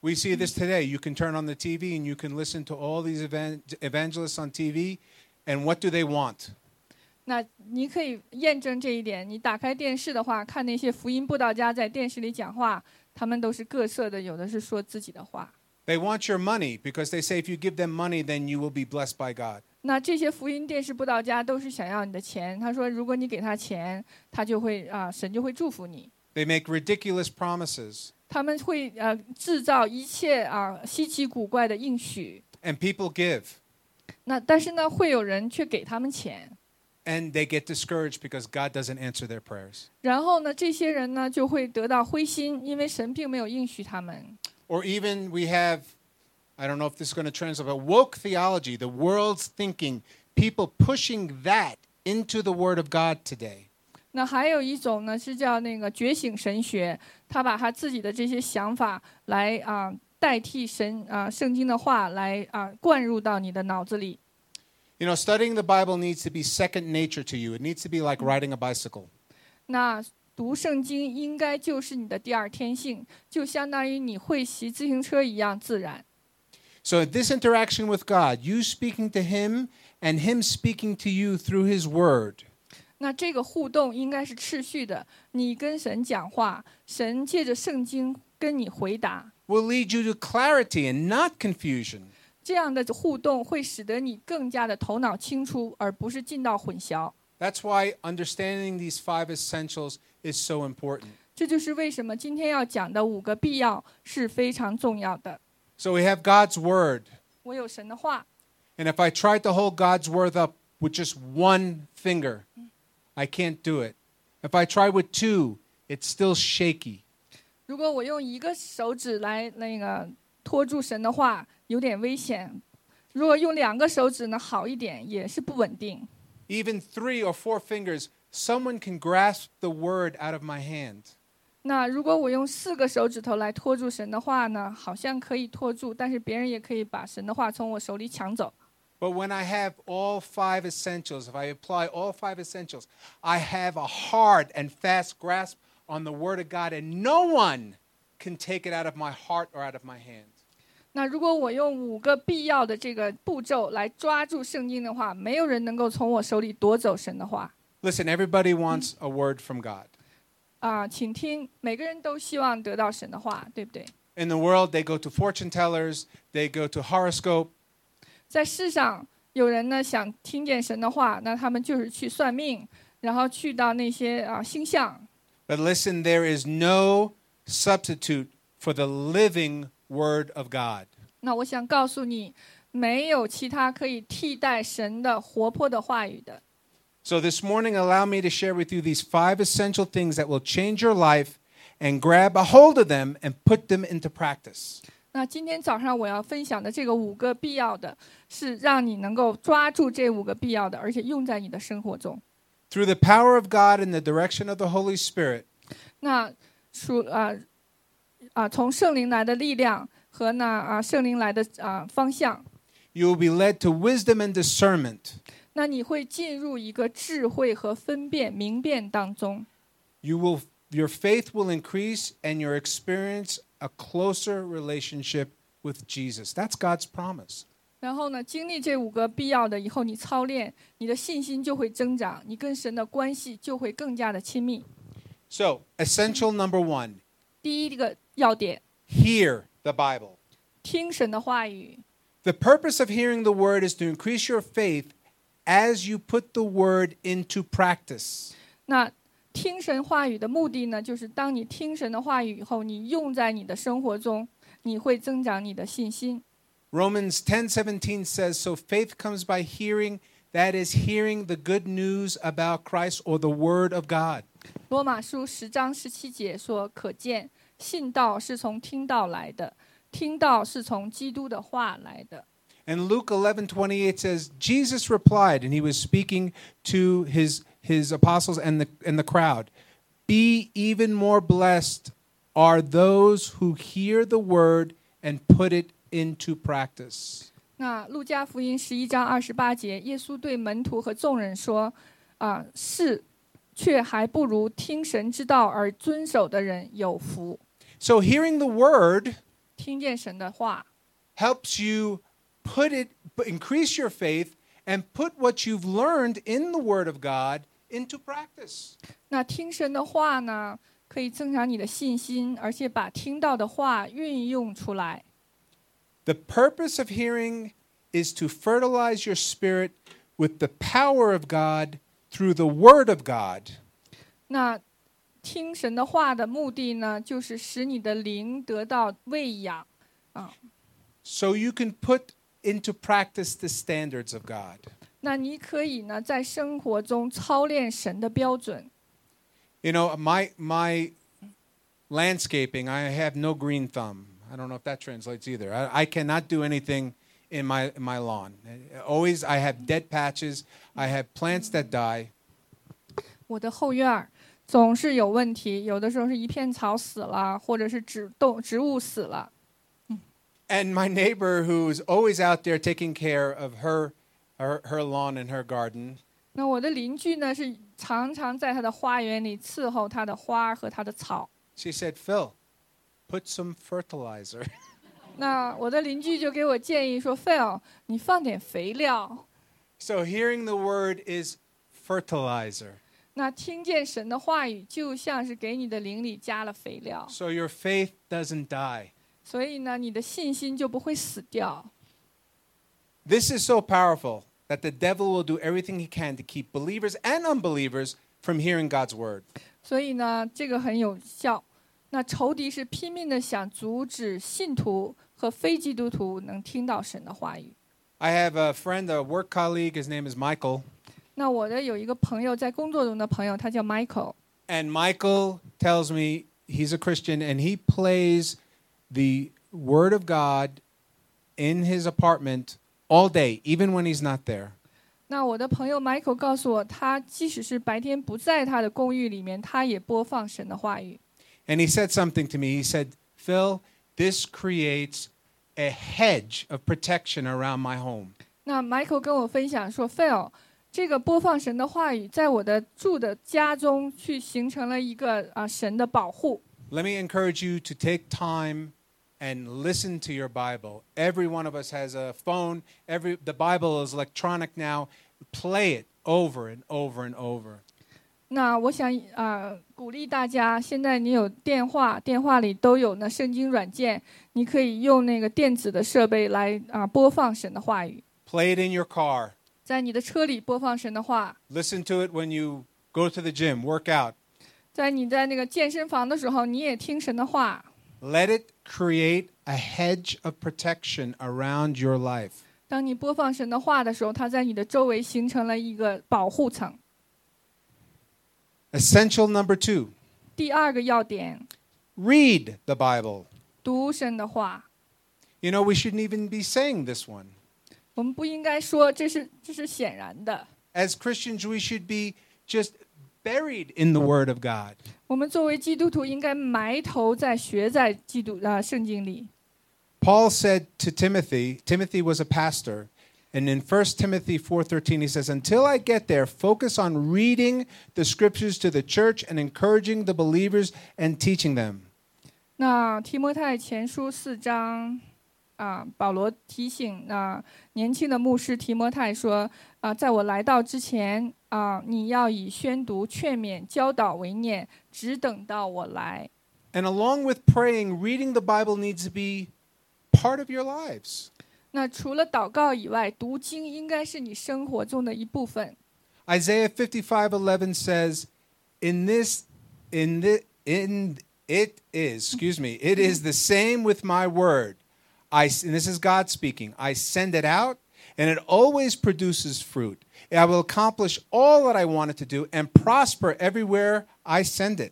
[SPEAKER 9] We see this today. You can turn on the TV and you can listen to all these evan- evangelists on TV, and what do they want?
[SPEAKER 7] 那你可以验证这一点。你打开电视的话，看那些福音布道家在电视里讲话，他们都是各色的，有的是说自己的话。
[SPEAKER 9] They want your money because they say if you give them money, then you will be blessed by God.
[SPEAKER 7] 那这些福音电视布道家都是想要你的钱。他说，如果你给他钱，他就会啊、神就会祝福你。
[SPEAKER 9] They make ridiculous promises,
[SPEAKER 7] 他们会呃制造一切啊、稀奇古怪的应许。
[SPEAKER 9] and people give,
[SPEAKER 7] 那但是呢，会有人却给他们钱，
[SPEAKER 9] and they get discouraged because God doesn't answer their prayers.
[SPEAKER 7] 然后呢，这些人呢就会得到灰心，因为神并没有应许他们。
[SPEAKER 9] Or even we have, I don't know if this is going to translate, but woke theology, the world's thinking, people pushing that into the Word of God today.
[SPEAKER 7] 那还有一种呢，是叫那个觉醒神学，他把他自己的这些想法来啊、代替神啊、圣经的话来啊、灌入到你的脑子里。
[SPEAKER 9] You know, studying the Bible needs to be second nature to you. It needs to be like riding a bicycle.
[SPEAKER 7] 那读圣经应该就是你的第二天性，就相当于你会骑自行车一样自然。
[SPEAKER 9] So, this interaction with God, you speaking to Him and Him speaking to you through His Word,
[SPEAKER 7] 那这个互动应该是持续的，你跟神讲话，神借着圣经跟你回答，
[SPEAKER 9] will lead you to clarity and not confusion.
[SPEAKER 7] 这样的互动会使得你更加的头脑清楚，而不是进到混淆。
[SPEAKER 9] That's why understanding these five essentials is so important.
[SPEAKER 7] 这就是为什么今天要讲的五个必要是非常重要的。
[SPEAKER 9] So, we have God's Word.
[SPEAKER 7] 我有神的话，
[SPEAKER 9] And if I tried to hold God's Word up with just one finger, I can't do it. If I try with two, it's still shaky.
[SPEAKER 7] 如果我用一个手指来那个托住神的话，有点危险；如果用两个手指呢，好一点，也是不稳定。
[SPEAKER 9] even three or four fingers, someone can grasp the word out of my hand.
[SPEAKER 7] 那如果我用四个手指头来托住神的话呢，好像可以托住，但是别人也可以把神的话从我手里抢走。
[SPEAKER 9] But when I have all five essentials, if I apply all five essentials, I have a hard and fast grasp on the word of God, and no one can take it out of my heart or out of my hand.
[SPEAKER 7] 那如果我用五个必要的这个步骤来抓住圣经的话，没有人能够从我手里夺走神的话
[SPEAKER 9] Listen, everybody wants a word from God.
[SPEAKER 7] 啊、请听，每个人都希望得到神的话，对不对？
[SPEAKER 9] In the world, they go to fortune tellers, they go to horoscope,
[SPEAKER 7] 在世上，有人呢想听见神的话，那他们就是去算命，然后去到那些啊、星象。
[SPEAKER 9] but listen, there is no substitute for the living word of God.
[SPEAKER 7] 那我想告诉你，没有其他可以替代神的活泼的话语的。
[SPEAKER 9] So this morning, allow me to share with you these five essential things that will change your life and grab a hold of them and put them into practice.
[SPEAKER 7] 那今天早上我要分享的这个五个必要的，是让你能够抓住这五个必要的，而且用在你的生活中。
[SPEAKER 9] Through the power of God and the direction of the Holy Spirit,
[SPEAKER 7] 那属啊啊，从圣灵来的力量和那啊圣灵来的啊方向，
[SPEAKER 9] you will be led to wisdom and discernment.
[SPEAKER 7] 那你会进入一个智慧和分辨明辨当中。
[SPEAKER 9] You will your faith will increase and your experience a closer relationship with Jesus. That's God's promise.
[SPEAKER 7] 然后呢，经历这五个必要的以后，你操练，你的信心就会增长，你跟神的关系就会更加的亲密。
[SPEAKER 9] So, essential number 1,
[SPEAKER 7] 第一个要点，
[SPEAKER 9] hear the Bible.
[SPEAKER 7] 听神的话语。
[SPEAKER 9] The purpose of hearing the word is to increase your faith as you put the word into practice.
[SPEAKER 7] 那听神话语的目的呢，就是当你听神的话语以后，你用在你的生活中，你会增长你的信心。
[SPEAKER 9] Romans 10:17 says, "So faith comes by hearing, that is hearing the good news about Christ or the word of God."
[SPEAKER 7] 罗马书十章十七节说：“可见信道是从听道来的，听道是从基督的话来的。
[SPEAKER 9] And Luke 11, 28 says, Jesus replied, and he was speaking to his, his apostles and the, and the crowd Be even more blessed are those who hear the word and put it into practice.
[SPEAKER 7] 那路加福音十一章二十八节，耶稣对门徒和众人说：“啊，是，却还不如听神之道而遵守的人有福。
[SPEAKER 9] So, hearing the word
[SPEAKER 7] 听见神的话，
[SPEAKER 9] helps you put it, increase your faith, and put what you've learned in the word of God into practice.
[SPEAKER 7] 那听神的话呢，可以增长你的信心，而且把听到的话运用出来。
[SPEAKER 9] The purpose of hearing is to fertilize your spirit with the power of God through the Word of God,
[SPEAKER 7] 那听神的话的目的呢，就是使你的灵得到喂养，
[SPEAKER 9] so you can put into practice the standards of God.
[SPEAKER 7] 那你可以呢在生活中操练神的标准。
[SPEAKER 9] You know, my my landscaping, I have no green thumb. I don't know if that translates either. I, I cannot do anything in my in my lawn. Always, I have dead patches. I have plants that die.
[SPEAKER 7] 我的后院儿总是有问题，有的时候是一片草死了，或者是植动植物死了。
[SPEAKER 9] And my neighbor, who's always out there taking care of her, her, her lawn and her garden,
[SPEAKER 7] 那我的邻居呢是常常在他的花园里伺候他的花儿和他的草。
[SPEAKER 9] She said, Phil, put some fertilizer. <laughs>
[SPEAKER 7] 那我的邻居就给我建议说：“Phil，你放点肥料。
[SPEAKER 9] So hearing the word is fertilizer. ”
[SPEAKER 7] 那听见神的话语，就像是给你的灵里加了肥料，
[SPEAKER 9] So your faith doesn't die.
[SPEAKER 7] 所以呢，你的信心就不会死掉。
[SPEAKER 9] This is so powerful that the devil will do everything he can to keep believers and unbelievers from hearing God's word.
[SPEAKER 7] 所以呢，这个很有效。那仇敌是拼命的想阻止信徒和非基督徒能听到神的话语。
[SPEAKER 9] I have a friend, a work colleague, his name is Michael.
[SPEAKER 7] 那我的有一个朋友，在工作中的朋友，他叫 Michael。
[SPEAKER 9] And Michael tells me he's a Christian and he plays the word of God in his apartment all day, even when he's not there.
[SPEAKER 7] 那我的朋友 Michael 告诉我，他即使是白天不在他的公寓里面，他也播放神的话语。
[SPEAKER 9] And he said something to me. He said, Phil, this creates a hedge of protection around my home.
[SPEAKER 7] 那 Michael 跟我分享说，Phil，这个播放神的话语，在我的住的家中去形成了一个啊神的保护。
[SPEAKER 9] Let me encourage you to take time and listen to your Bible. Every one of us has a phone. Every the Bible is electronic now. Play it over and over and over.
[SPEAKER 7] 那我想啊、鼓励大家，现在你有电话，电话里都有那圣经软件，你可以用那个电子的设备来啊、播放神的话语，
[SPEAKER 9] Play it in your car.
[SPEAKER 7] 在你的车里播放神的话，
[SPEAKER 9] Listen to it when you go to the gym, work out.
[SPEAKER 7] 在你在那个健身房的时候，你也听神的话，
[SPEAKER 9] Let it create a hedge of protection around your life.
[SPEAKER 7] 当你播放神的话的时候，它在你的周围形成了一个保护层。
[SPEAKER 9] Essential number 2.
[SPEAKER 7] 第二个要点，
[SPEAKER 9] Read the Bible.
[SPEAKER 7] 读神的话，
[SPEAKER 9] You know, we shouldn't even be saying this one.
[SPEAKER 7] 我们不应该说这是这是显然的。
[SPEAKER 9] As Christians, we should be just buried in the word of God.
[SPEAKER 7] 我们作为基督徒，应该埋头在学在基督啊圣经里。
[SPEAKER 9] Paul said to Timothy, Timothy was a pastor, and in 1 Timothy 4:13 he says, "Until I get there, focus on reading the scriptures to the church and encouraging the believers and teaching them."
[SPEAKER 7] 那提摩太前书四章，啊，保罗提醒那年轻的牧师提摩太说，啊，在我来到之前，啊，你要以宣读、劝勉、教导为念，只等到我来。
[SPEAKER 9] And along with praying, reading the Bible needs to be part of your lives.
[SPEAKER 7] 那除了祷告以外，读经应该是你生活中的一部分。
[SPEAKER 9] Isaiah 55:11 says, "In this in the in it is, excuse me, it is the same with my word. I and this is God speaking. I send it out and it always produces fruit. I will accomplish all that I want it to do and prosper everywhere I send it."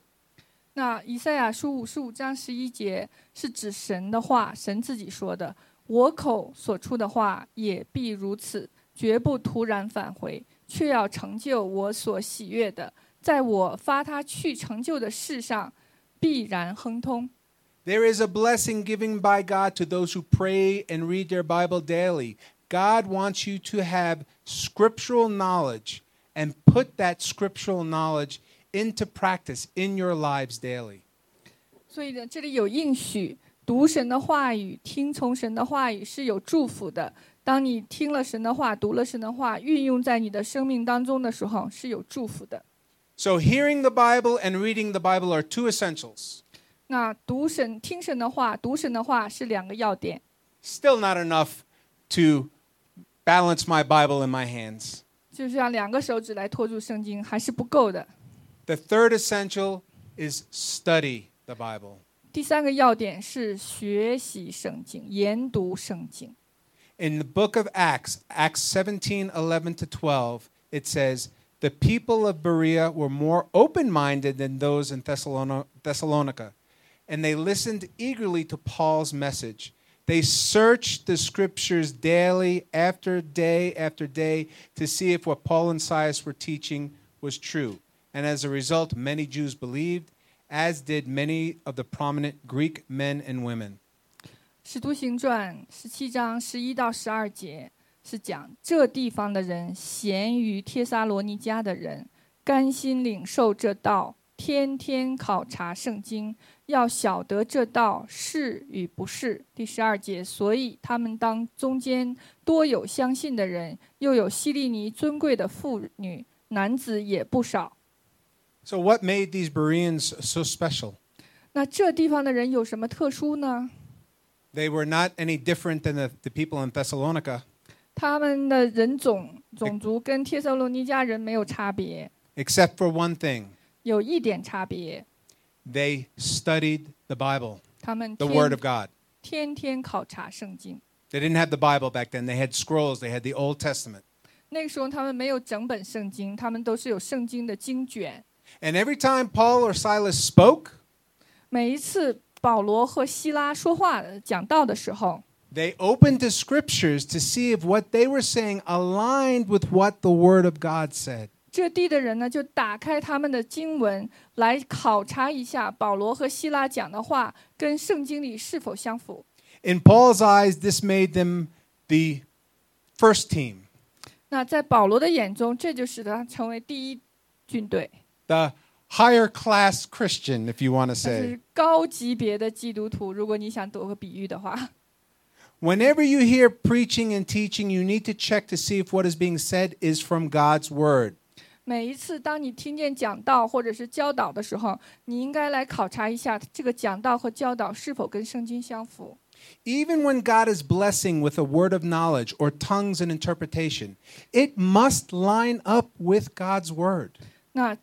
[SPEAKER 7] 那以赛亚书五十五章十一节是指神的话，神自己说的：“我口所出的话也必如此，绝不突然返回，却要成就我所喜悦的，在我发他去成就的事上必然亨通。
[SPEAKER 9] There is a blessing given by God to those who pray and read their Bible daily. God wants you to have scriptural knowledge and put that scriptural knowledge into practice in your lives daily. ”
[SPEAKER 7] 所以呢，这里有应许，读神的话语，听从神的话语是有祝福的。当你听了神的话，读了神的话，运用在你的生命当中的时候，是有祝福的。
[SPEAKER 9] So, hearing the Bible and reading the Bible are two essentials.
[SPEAKER 7] 那读神、听神的话，读神的话是两个要点，
[SPEAKER 9] Still not enough to balance my Bible in my hands.
[SPEAKER 7] 就是让两个手指来托住圣经还是不够的。
[SPEAKER 9] The third essential is study the Bible.
[SPEAKER 7] 第三个要点是学习圣经，研读圣经。
[SPEAKER 9] In the book of Acts, Acts 17, 11 to 12, it says, The people of Berea were more open minded than those in Thessalon- Thessalonica, and they listened eagerly to Paul's message. They searched the scriptures daily after day after day to see if what Paul and Silas were teaching was true. And as a result, many Jews believed, as did many of the prominent Greek men and women.
[SPEAKER 7] 《使徒行传》十七章十一到十二节是讲这地方的人咸于帖撒罗尼迦的人，甘心领受这道，天天考察圣经，要晓得这道是与不是。第十二节，所以他们当中间多有相信的人，又有希利尼尊贵的妇女，男子也不少。
[SPEAKER 9] So, what made these Bereans so special?
[SPEAKER 7] 那这地方的人有什么特殊呢？
[SPEAKER 9] They were not any different than the, the people in Thessalonica,
[SPEAKER 7] 他们的人
[SPEAKER 9] 哎
[SPEAKER 7] 种种族跟帖撒罗尼迦人没有差别，
[SPEAKER 9] except for one thing
[SPEAKER 7] 有一点差别，
[SPEAKER 9] they studied the Bible,
[SPEAKER 7] 他们
[SPEAKER 9] the
[SPEAKER 7] 天
[SPEAKER 9] Word of God.
[SPEAKER 7] 天天考察圣经。
[SPEAKER 9] They didn't have the Bible back then, they had scrolls, they had the Old Testament.
[SPEAKER 7] 那个时候他们没有整本圣经，他们都是有圣经的经卷。
[SPEAKER 9] And every time Paul or Silas spoke,
[SPEAKER 7] 每一次保罗和希拉说话讲道的时候，
[SPEAKER 9] they opened the scriptures to see if what they were saying aligned with what the Word of God said.
[SPEAKER 7] 这地的人呢就打开他们的经文来考察一下保罗和希拉讲的话跟圣经里是否相符。
[SPEAKER 9] In Paul's eyes, this made them the first team.
[SPEAKER 7] 那在保罗的眼中，这就使得他成为第一军队，
[SPEAKER 9] The higher class Christian, if you want to
[SPEAKER 7] 他
[SPEAKER 9] say.
[SPEAKER 7] 是高级别的基督徒。如果你想躲个比喻的话， <laughs>
[SPEAKER 9] Whenever you hear preaching and teaching, you need to check to see if what is being said is from God's word.
[SPEAKER 7] 每一次当你听见讲道或者是教导的时候，你应该来考察一下这个讲道和教导是否跟圣经相符。
[SPEAKER 9] Even when God is blessing with a word of knowledge or tongues and interpretation, it must line up with God's word.
[SPEAKER 7] 那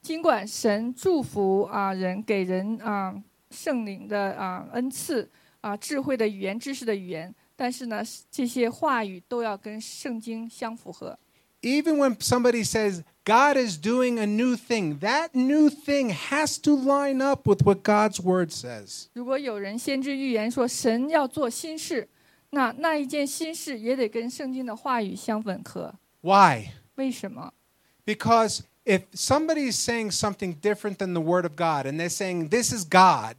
[SPEAKER 7] 尽管神祝福啊人给人啊圣灵的啊恩赐啊智慧的语言、知识的语言，但是呢，这些话语都要跟圣经相符合。
[SPEAKER 9] Even when somebody says, God is doing a new thing, that new thing has to line up with what God's word says.
[SPEAKER 7] 如果有人先知预言说神要做新事，那那一件新事也得跟圣经的话语相吻合。
[SPEAKER 9] Why?
[SPEAKER 7] 为什么？
[SPEAKER 9] Because if somebody is saying something different than the word of God and they're saying, This is God,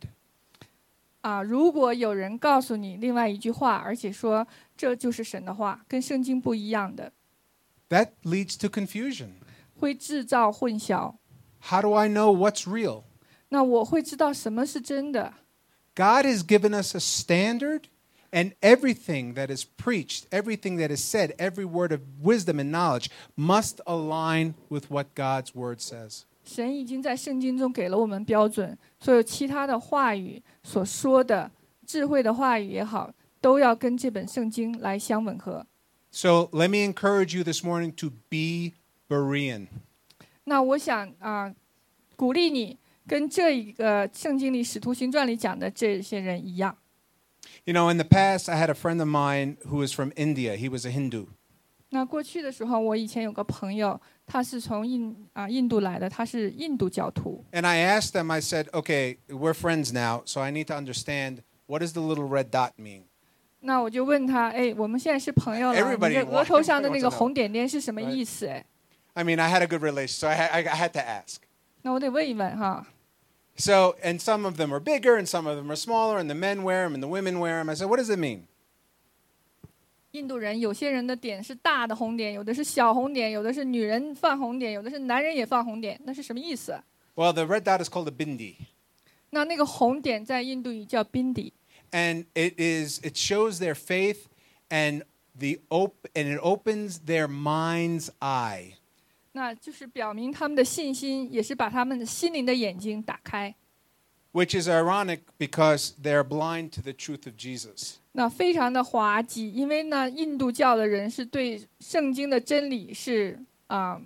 [SPEAKER 7] 啊，如果有人告诉你另外一句话，而且说这就是神的话，跟圣经不一样的，
[SPEAKER 9] that leads to confusion.
[SPEAKER 7] 会制造混淆。
[SPEAKER 9] How do I know what's real?
[SPEAKER 7] 那我会知道什么是真的。
[SPEAKER 9] God has given us a standard, and everything that is preached, everything that is said, every word of wisdom and knowledge must align with what God's word says.
[SPEAKER 7] 神已经在圣经中给了我们标准，所有其他的话语所说的智慧的话语也好，都要跟这本圣经来相吻合。
[SPEAKER 9] So let me encourage you this morning to be Berean.
[SPEAKER 7] 那我想啊、鼓励你跟这一个圣经里《使徒行传》里讲的这些人一样。
[SPEAKER 9] You know, in the past, I had a friend of mine who was from India. He was a Hindu.
[SPEAKER 7] 那过去的时候，我以前有个朋友，他是从印啊、印度来的，他是印度教徒。
[SPEAKER 9] And I asked them, I said, okay, we're friends now, so I need to understand what does the little red dot mean?
[SPEAKER 7] 那我就问他，哎，我们现在是朋友了，你
[SPEAKER 9] Everybody
[SPEAKER 7] 这
[SPEAKER 9] wants-
[SPEAKER 7] 额头上的那
[SPEAKER 9] everybody
[SPEAKER 7] 个
[SPEAKER 9] wants to know.
[SPEAKER 7] 红点点是什么意思？哎，
[SPEAKER 9] I mean, I had a good relation, so I, ha- I had to ask.
[SPEAKER 7] 那我得问一问哈。
[SPEAKER 9] So, and some of them are bigger and some of them are smaller, and the men wear them and the women wear them. I said, What does it mean?
[SPEAKER 7] 印度人有些人的点是大的红点，有的是小红点，有的是女人放红点，有的是男人也放红点，那是什么意思？
[SPEAKER 9] Well, the red dot is called a bindi,
[SPEAKER 7] 那那个红点在印度语叫宾迪，
[SPEAKER 9] and it is it shows their faith and the op- and it opens their mind's eye.
[SPEAKER 7] 那就是表明他们的信心，也是把他们的心灵的眼睛打开。
[SPEAKER 9] Which is ironic because they're blind to the truth of Jesus.
[SPEAKER 7] 那非常的滑稽，因为呢，印度教的人是对圣经的真理是啊、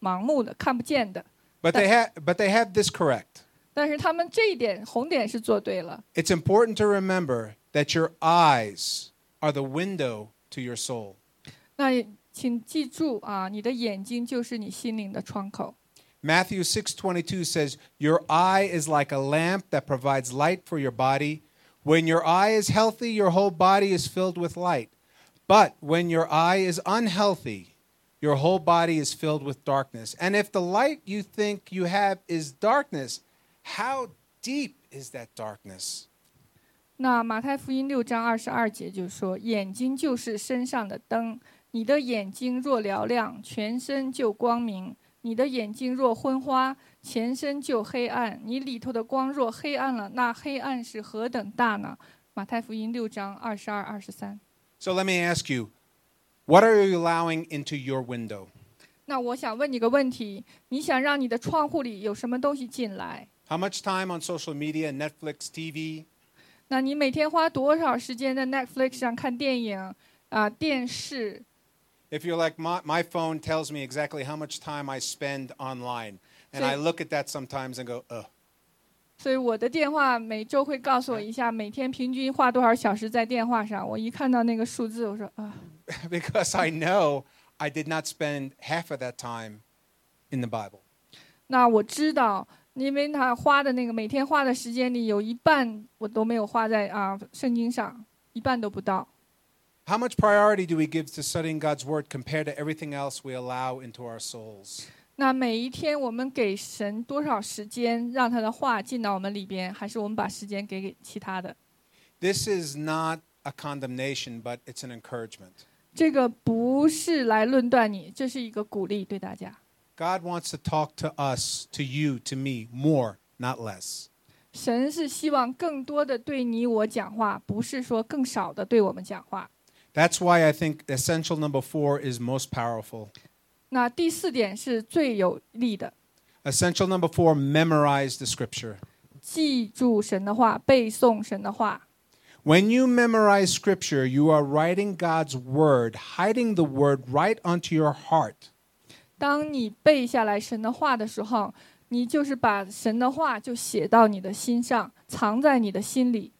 [SPEAKER 7] 盲目的、看不见的，
[SPEAKER 9] But they have but they have this correct.
[SPEAKER 7] 但是他们这一点红点是做对了。
[SPEAKER 9] It's important to remember that your eyes are the window to your soul.
[SPEAKER 7] 那请记住啊，你的眼睛就是你心灵的窗口。
[SPEAKER 9] Matthew 6:22 says, "Your eye is like a lamp that provides light for your body. When your eye is healthy, your whole body is filled with light. But when your eye is unhealthy, your whole body is filled with darkness. And if the light you think you have is darkness, how deep is that darkness?"
[SPEAKER 7] 那马太福音六章二十二节就说：“眼睛就是身上的灯，你的眼睛若嘹亮，全身就光明；你的眼睛若昏花，全身就黑暗。你里头的光若黑暗了，那黑暗是何等大呢？”马太福音六章二十二、二十三。
[SPEAKER 9] So let me ask you, what are you allowing into your window?
[SPEAKER 7] 那我想问你个问题：你想让你的窗户里有什么东西进来？
[SPEAKER 9] How much time on social media, Netflix, TV,
[SPEAKER 7] 那你每天花多少时间在 Netflix 上看电影啊、电视、
[SPEAKER 9] If you're like my, my phone tells me exactly how much time I spend online, and
[SPEAKER 7] So-
[SPEAKER 9] I look at that sometimes and go, ugh. <laughs>
[SPEAKER 7] 所以我的电话每周会告诉我一下，每天平均花多少小时在电话上。我一看到那个数字，我说啊，
[SPEAKER 9] because I know I did not spend half of that time in the Bible.
[SPEAKER 7] 那我知道，因为他花的那个每天花的时间里，有一半我都没有花在啊圣经上，一半都不到。
[SPEAKER 9] How much priority do we give to studying God's Word compared to everything else we allow into our souls?
[SPEAKER 7] 那每一天我们给神多少时间，让他的话进到我们里边，还是我们把时间给给其他的？
[SPEAKER 9] This is not a condemnation, but it's an encouragement.
[SPEAKER 7] 这个不是来论断你，这是一个鼓励对大家。
[SPEAKER 9] God wants to talk to us, to you, to me, more, not less.
[SPEAKER 7] 神是希望更多的对你我讲话，不是说更少的对我们讲话。
[SPEAKER 9] That's why I think essential number four is most powerful.
[SPEAKER 7] 那第四点是最有力的，
[SPEAKER 9] Essential number four memorize the scripture.
[SPEAKER 7] 记住神的话，背诵神的话。
[SPEAKER 9] When you memorize scripture, you are writing God's word, hiding the word right onto your heart.
[SPEAKER 7] 当你背下来神的话的时候，你就是把神的话就写到你的心上，藏在你的心里。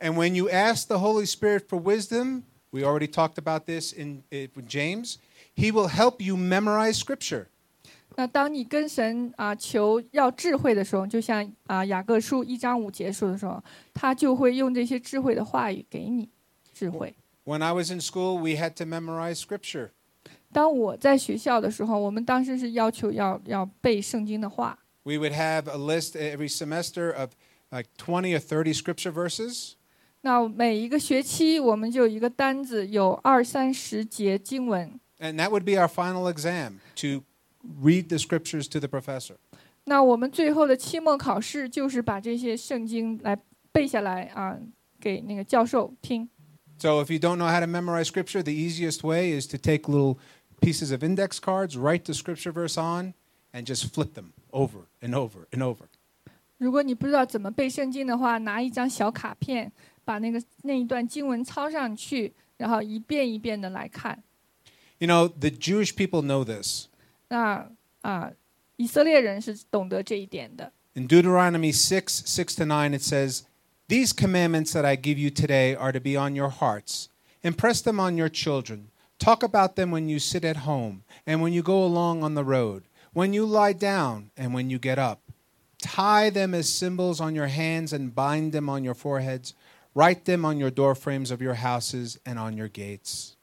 [SPEAKER 9] And when you ask the Holy Spirit for wisdom, we already talked about this in, eh, with James, he will help you memorize scripture.
[SPEAKER 7] 那当你跟神啊求要智慧的时候，就像啊雅各书一章五节说的时候，他就会用这些智慧的话语给你智慧。
[SPEAKER 9] When I was in school, we had to memorize scripture.
[SPEAKER 7] 当我在学校的时候，我们当时是要求要要背圣经的话，
[SPEAKER 9] We would have a list every semester of like 20 or 30 scripture verses.
[SPEAKER 7] 那每一个学期我们就有一个单子，有二三十节经文。
[SPEAKER 9] And that would be our final exam to read the scriptures to the professor.
[SPEAKER 7] 那我们最后的期末考试就是把这些圣经来背下来啊，给那个教授听。
[SPEAKER 9] So if you don't know how to memorize scripture, the easiest way is to take little pieces of index cards, write the scripture verse on, and just flip them over and over and over.
[SPEAKER 7] 如果你不知道怎么背圣经的话，拿一张小卡片，把那个那一段经文抄上去，然后一遍一遍的来看。
[SPEAKER 9] You know, the Jewish people know this.
[SPEAKER 7] 那啊，以色列人是懂得这一点的。
[SPEAKER 9] In Deuteronomy 6, 6 to 9, it says, These commandments that I give you today are to be on your hearts. Impress them on your children. Talk about them when you sit at home and when you go along on the road, when you lie down and when you get up. Tie them as symbols on your hands and bind them on your foreheads. Write them on your doorframes of your houses and on your gates.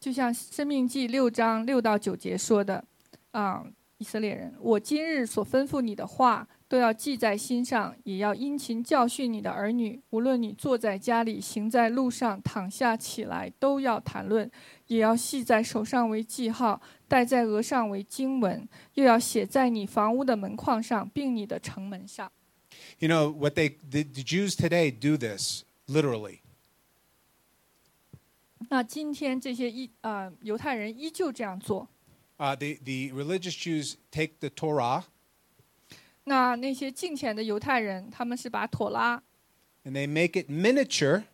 [SPEAKER 7] 就像《生命记》六章六到九节说的，啊、以色列人，我今日所吩咐你的话，都要记在心上，也要殷勤教训你的儿女。无论你坐在家里，行在路上，躺下起来，都要谈论，也要系在手上为记号，戴在额上为经文，又要写在你房屋的门框上，并你的城门上。
[SPEAKER 9] You know, what they, the, the Jews today do this literally.
[SPEAKER 7] 那今天这些依啊、犹太人依旧这样做。
[SPEAKER 9] Uh, the, the religious Jews take the Torah
[SPEAKER 7] 那那些敬虔的犹太人，他们是把妥拉
[SPEAKER 9] and they make it miniature,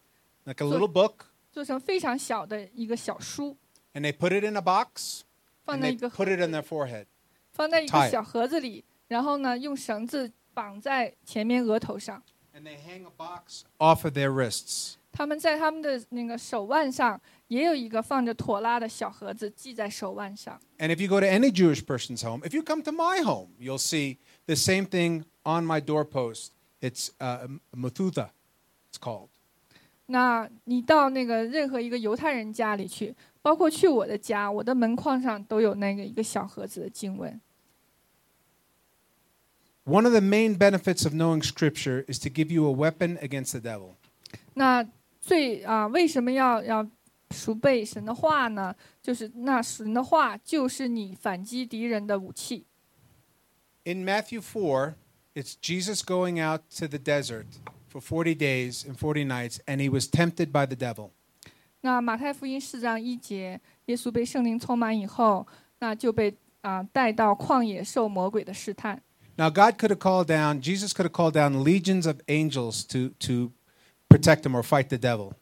[SPEAKER 9] like a
[SPEAKER 7] So-
[SPEAKER 9] little book,
[SPEAKER 7] 做成非常小的一个小书，
[SPEAKER 9] and they put it in a box
[SPEAKER 7] 放
[SPEAKER 9] and
[SPEAKER 7] 在
[SPEAKER 9] they
[SPEAKER 7] 一个
[SPEAKER 9] put it in their forehead.
[SPEAKER 7] 放在一
[SPEAKER 9] tie
[SPEAKER 7] 个
[SPEAKER 9] it
[SPEAKER 7] 小盒子里，然后呢用绳子绑在前面额头上。
[SPEAKER 9] And they hang a box off of their wrists.
[SPEAKER 7] 他们在他们的那个手腕上也有一个放着妥拉的小盒子，系在手腕上。
[SPEAKER 9] And if you go to any Jewish person's home, if you come to my home, you'll see the same thing on my doorpost. It's uh, Methuta, it's called.
[SPEAKER 7] 那你到那个任何一个犹太人家里去，包括去我的家，我的门框上都有那个一个小盒子的经文。
[SPEAKER 9] One of the main benefits of knowing Scripture is to give you a weapon against the devil.
[SPEAKER 7] 那最啊、为什么要要熟背神的话呢？就是那神的话就是你反击敌人的武器。
[SPEAKER 9] In Matthew 4, it's Jesus going out to the desert for 40 days and 40 nights, and he was tempted by the devil.
[SPEAKER 7] 那马太福音四章一节，耶稣被圣灵充满以后，那就被啊、带到旷野受魔鬼的试探。
[SPEAKER 9] Now, God could have called down, Jesus could have called down legions of angels to, to protect him or fight the devil.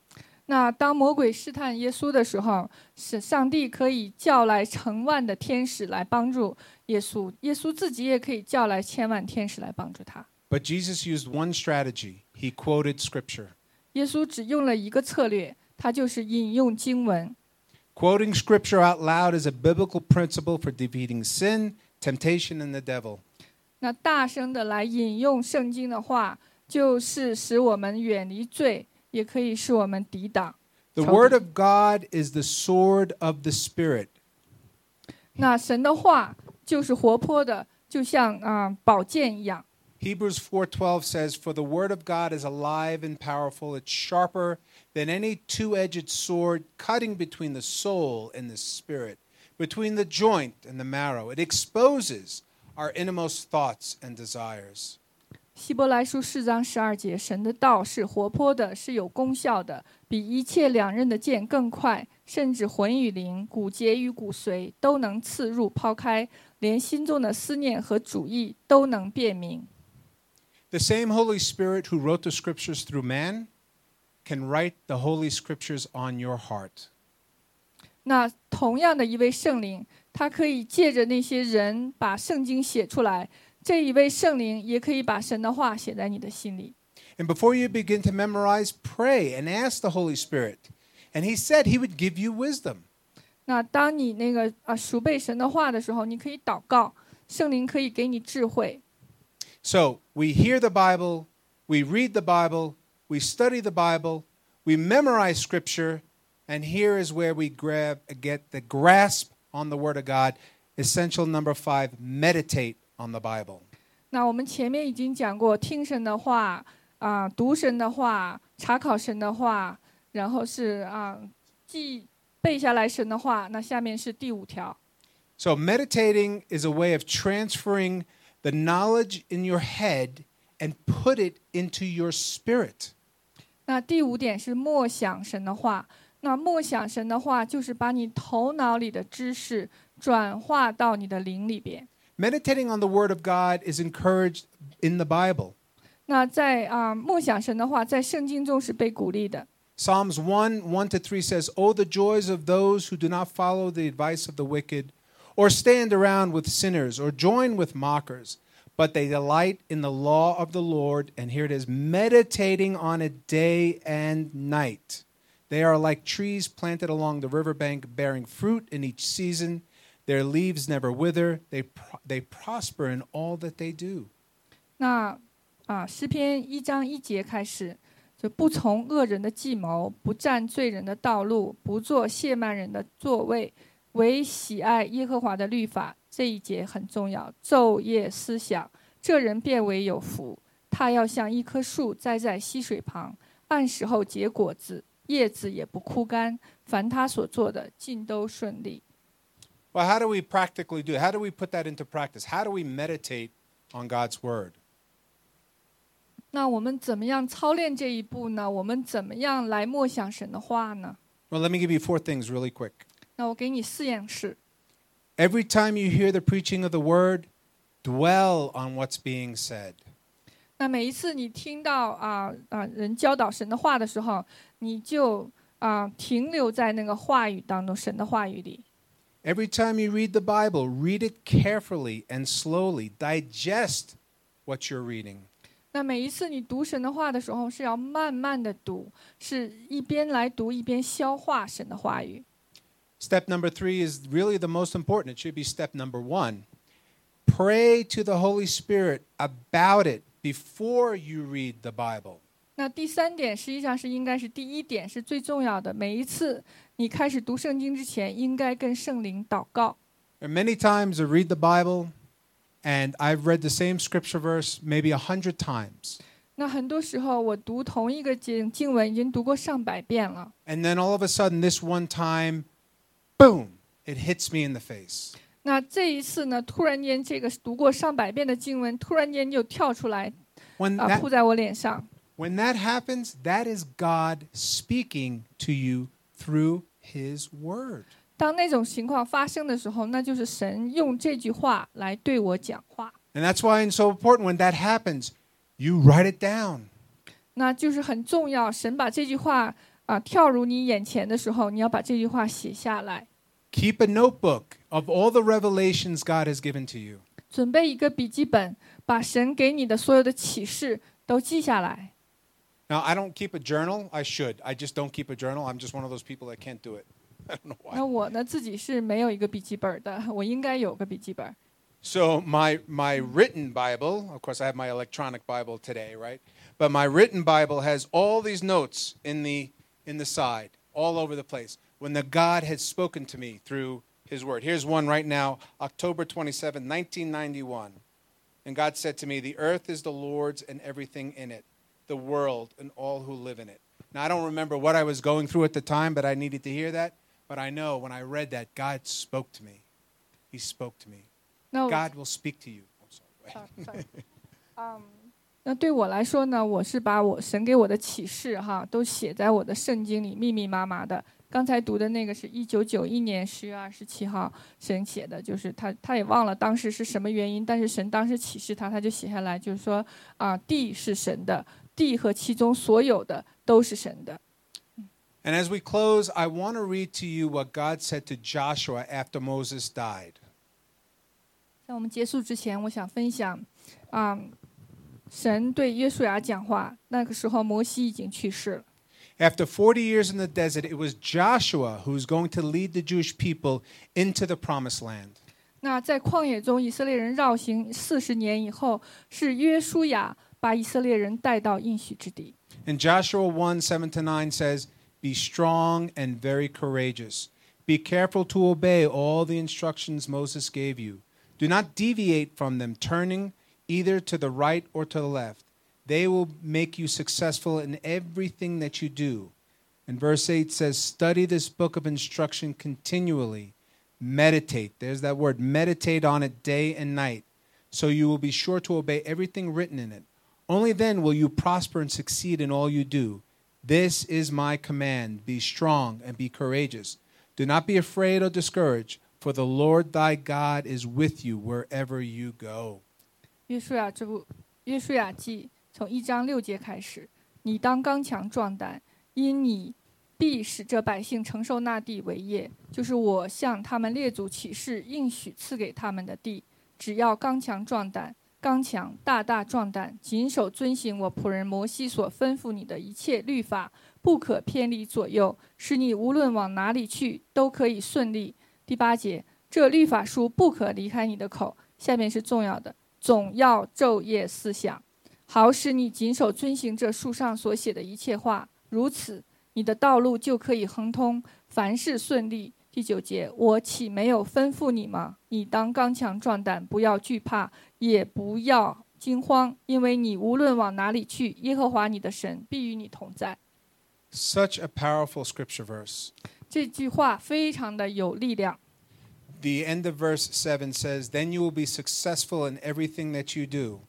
[SPEAKER 7] 那当魔鬼试探耶稣的时候，是上帝可以叫来成万的天使来帮助耶稣，耶稣自己也可以叫来千万天使来帮助他。
[SPEAKER 9] But Jesus used one strategy. He quoted Scripture.
[SPEAKER 7] 耶稣只用了一个策略，他就是引用经文。
[SPEAKER 9] Quoting Scripture out loud is a biblical principle for defeating sin, temptation, and the devil.
[SPEAKER 7] 那大声的来引用圣经的话，就是使我们远离罪，也可以使我们抵挡。
[SPEAKER 9] The
[SPEAKER 7] Totally.
[SPEAKER 9] Word of God is the sword of the Spirit.
[SPEAKER 7] 那神的话就是活泼的，就像啊、宝剑一样。
[SPEAKER 9] Hebrews 4:12 says for the word of God is alive and powerful it's sharper than any two-edged sword cutting between the soul and the spirit between the joint and the marrow it exposes our innermost thoughts and desires
[SPEAKER 7] 希伯来书四章十二节，神的道是活泼的，是有功效的，比一切两刃的剑更快，甚至魂与灵、骨节与骨髓都能刺入抛开，连心中的思念和主意都能辨明。
[SPEAKER 9] the same holy spirit who wrote the scriptures through man can write the holy scriptures on your heart
[SPEAKER 7] 那同样的一位圣灵，他可以借着那些人把圣经写出来，这一位圣灵也可以把神的话写在你的心里。
[SPEAKER 9] And before you begin to memorize, pray and ask the Holy Spirit. And he said he would give you wisdom.
[SPEAKER 7] 那当你那个啊熟背神的话的时候，你可以祷告，圣灵可以给你智慧。
[SPEAKER 9] So we hear the Bible, we read the Bible, we study the Bible, we memorize Scripture, and here is where we grab, get the grasp on the Word of God. Essential number five meditate on the Bible.
[SPEAKER 7] 那我们前面已经讲过，听神的话啊、读神的话，查考神的话，然后是啊、记背下来神的话。那下面是第五条，
[SPEAKER 9] So, meditating is a way of transferring the knowledge in your head and put it into your spirit.
[SPEAKER 7] 那第五点是默想神的话。那默想神的话，就是把你头脑里的知识转化到你的灵里边。
[SPEAKER 9] Meditating on the Word of God is encouraged in the Bible.
[SPEAKER 7] 那在啊、默想神的话，在圣经中是被鼓励的。
[SPEAKER 9] Psalms 1 1 to 3 says, Oh, the joys of those who do not follow the advice of the wicked, or stand around with sinners, or join with mockers, but they delight in the law of the Lord. And here it is, meditating on it day and night. They are like trees planted along the riverbank, bearing fruit in each season. Their leaves never wither, they, pro- they prosper in all that they do.
[SPEAKER 7] 那啊，诗篇一章一节开始，就不从恶人的计谋，不占罪人的道路，不做亵慢人的座位，唯喜爱耶和华的律法。这一节很重要，昼夜思想，这人变为有福。他要像一棵树栽在溪水旁，按时候结果子，叶子也不枯干。凡他所做的，尽都顺利。
[SPEAKER 9] Well, how do we practically do it? How do we put that into practice? How do we meditate on God's Word?
[SPEAKER 7] 那我们怎么样操练这一步呢？我们怎么样来默想神的话呢？
[SPEAKER 9] Well, let me give you four things really quick.
[SPEAKER 7] 那我给你四样式。
[SPEAKER 9] Every time you hear the preaching of the word, dwell on what's being said.
[SPEAKER 7] 那每一次你听到啊啊人教导神的话的时候，你就啊停留在那个话语当中，神的话语里。
[SPEAKER 9] Every time you read the Bible, read it carefully and slowly. Digest what you're reading.
[SPEAKER 7] 那每一次你读神的话的时候，是要慢慢的读，是一边来读一边消化神的话语。
[SPEAKER 9] Step number three is really the most important. It should be step number one. Pray to the Holy Spirit about it before you read the Bible.
[SPEAKER 7] 那第三点实际上是应该是第一点是最重要的。每一次你开始读圣经之前，应该跟圣灵祷告。
[SPEAKER 9] And many times I read the Bible and I've read the same scripture verse maybe a hundred times.
[SPEAKER 7] 那很多时候我读同一个经经文已经读过上百遍了。
[SPEAKER 9] And then all of a sudden, this one time, boom, it hits me in the face.
[SPEAKER 7] 那这一次呢，突然间这个读过上百遍的经文，突然间就跳出来
[SPEAKER 9] When
[SPEAKER 7] 啊、
[SPEAKER 9] that,
[SPEAKER 7] 扑在我脸上。
[SPEAKER 9] when that happens, that is God speaking to you through His Word.
[SPEAKER 7] 当那种情况发生的时候，那就是神用这句话来对我讲话。
[SPEAKER 9] And that's why it's so important when that happens, you write it down.
[SPEAKER 7] 那就是很重要，神把这句话啊跳入你眼前的时候，你要把这句话写下来，
[SPEAKER 9] Keep a notebook of all the revelations God has given to you.
[SPEAKER 7] 准备一个笔记本，把神给你的所有的启示都记下来。
[SPEAKER 9] Now, I don't keep a journal. I should. I just don't keep a journal. I'm just one of those people that can't do it. <laughs> I don't know why.
[SPEAKER 7] 那我呢自己是没有一个笔记本的，我应该有个笔记本。
[SPEAKER 9] So my my written Bible, of course, I have my electronic Bible today, right? But my written Bible has all these notes in the in the side, all over the place. When the God has spoken to me through His Word. Here's one right now, October 27, 1991. And God said to me, The earth is the Lord's and everything in it, the world and all who live in it. Now, I don't remember what I was going through at the time, but I needed to hear that. But I know when I read that, God spoke to me. He spoke to me.
[SPEAKER 7] No.
[SPEAKER 9] God will speak to you. I'm sorry.
[SPEAKER 7] 那对我来说呢，我是把我神给我的启示哈，都写在我的圣经里，密密麻麻的。刚才读的那个是一九九一年十月二十七号神写的，就是他他也忘了当时是什么原因，但是神当时启示他，他就写下来，就是说啊，地是神的，地和其中所有的都是神的。
[SPEAKER 9] And as we close, I want to read to you what God said to Joshua after Moses died.
[SPEAKER 7] 在我们结束之前，我想分享，啊、神对约书亚讲话，那个时候摩西已经去世了。
[SPEAKER 9] After 40 years in the desert, it was Joshua who's going to lead the Jewish people into the promised land.
[SPEAKER 7] 那在旷野中，以色列人绕行四十年以后，是约书亚把以色列人带到应许之地。
[SPEAKER 9] And Joshua 1 7 to 9 says, Be strong and very courageous. Be careful to obey all the instructions Moses gave you. Do not deviate from them, turning either to the right or to the left. They will make you successful in everything that you do. And verse 8 says, Study this book of instruction continually. Meditate. There's that word. Meditate on it day and night, so you will be sure to obey everything written in it. Only then will you prosper and succeed in all you do. This is my command be strong and be courageous. Do not be afraid or discouraged, for the Lord thy God is with you wherever you go.
[SPEAKER 7] 约书亚这部《约书亚记》从一章六节开始，你当刚强壮胆，因你必使这百姓承受那地为业，就是我向他们列祖起誓应许赐给他们的地。只要刚强壮胆，刚强大大壮胆，谨守遵行我仆人摩西所吩咐你的一切律法，不可偏离左右，使你无论往哪里去都可以顺利。第八节，这律法书不可离开你的口。下面是重要的，总要昼夜思想，好使你谨守遵行这书上所写的一切话。如此，你的道路就可以亨通，凡事顺利。第九节，我岂没有吩咐你吗？你当刚强壮胆，不要惧怕，也不要惊慌，因为你无论往哪里去，耶和华你的神必与你同在。
[SPEAKER 9] Such a powerful scripture verse.
[SPEAKER 7] 这句话非常的有力量。
[SPEAKER 9] The end of verse 7 says, Then you will be successful in everything that you do.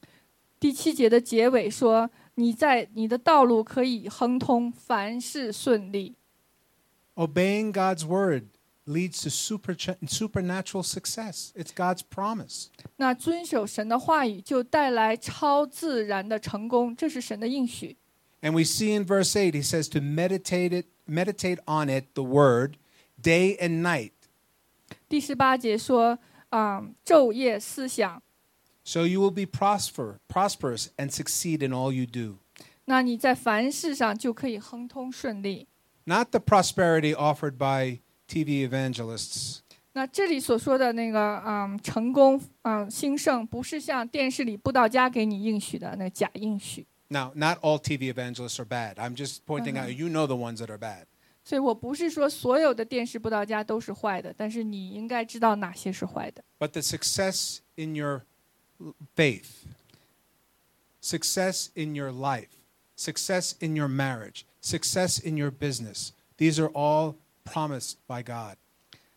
[SPEAKER 7] 第七节的结尾说：“你在你的道路可以亨通，凡事顺利。
[SPEAKER 9] Obeying God's word leads to super supernatural success. It's God's promise. ”
[SPEAKER 7] 那遵守神的话语就带来超自然的成功，这是神的应许。
[SPEAKER 9] And we see in verse 8 he says to meditate it meditate on it the word day and night
[SPEAKER 7] 第十八节说：“啊、昼夜思想，
[SPEAKER 9] so you will be prosper prosperous and succeed in all you do.
[SPEAKER 7] 那你在凡事上就可以亨通顺利。
[SPEAKER 9] Not the prosperity offered by TV evangelists. ”
[SPEAKER 7] 那这里所说的那个啊、成功啊、兴盛，不是像电视里布道家给你应许的那假应许。
[SPEAKER 9] Now, not all TV evangelists are bad. I'm just pointing out you know the ones that are bad.
[SPEAKER 7] 所以我不是说所有的电视布道家都是坏的，但是你应该知道哪些是坏的。
[SPEAKER 9] but the success in your l- faith, success in your life, success in your marriage, success in your business. These are all promised by God.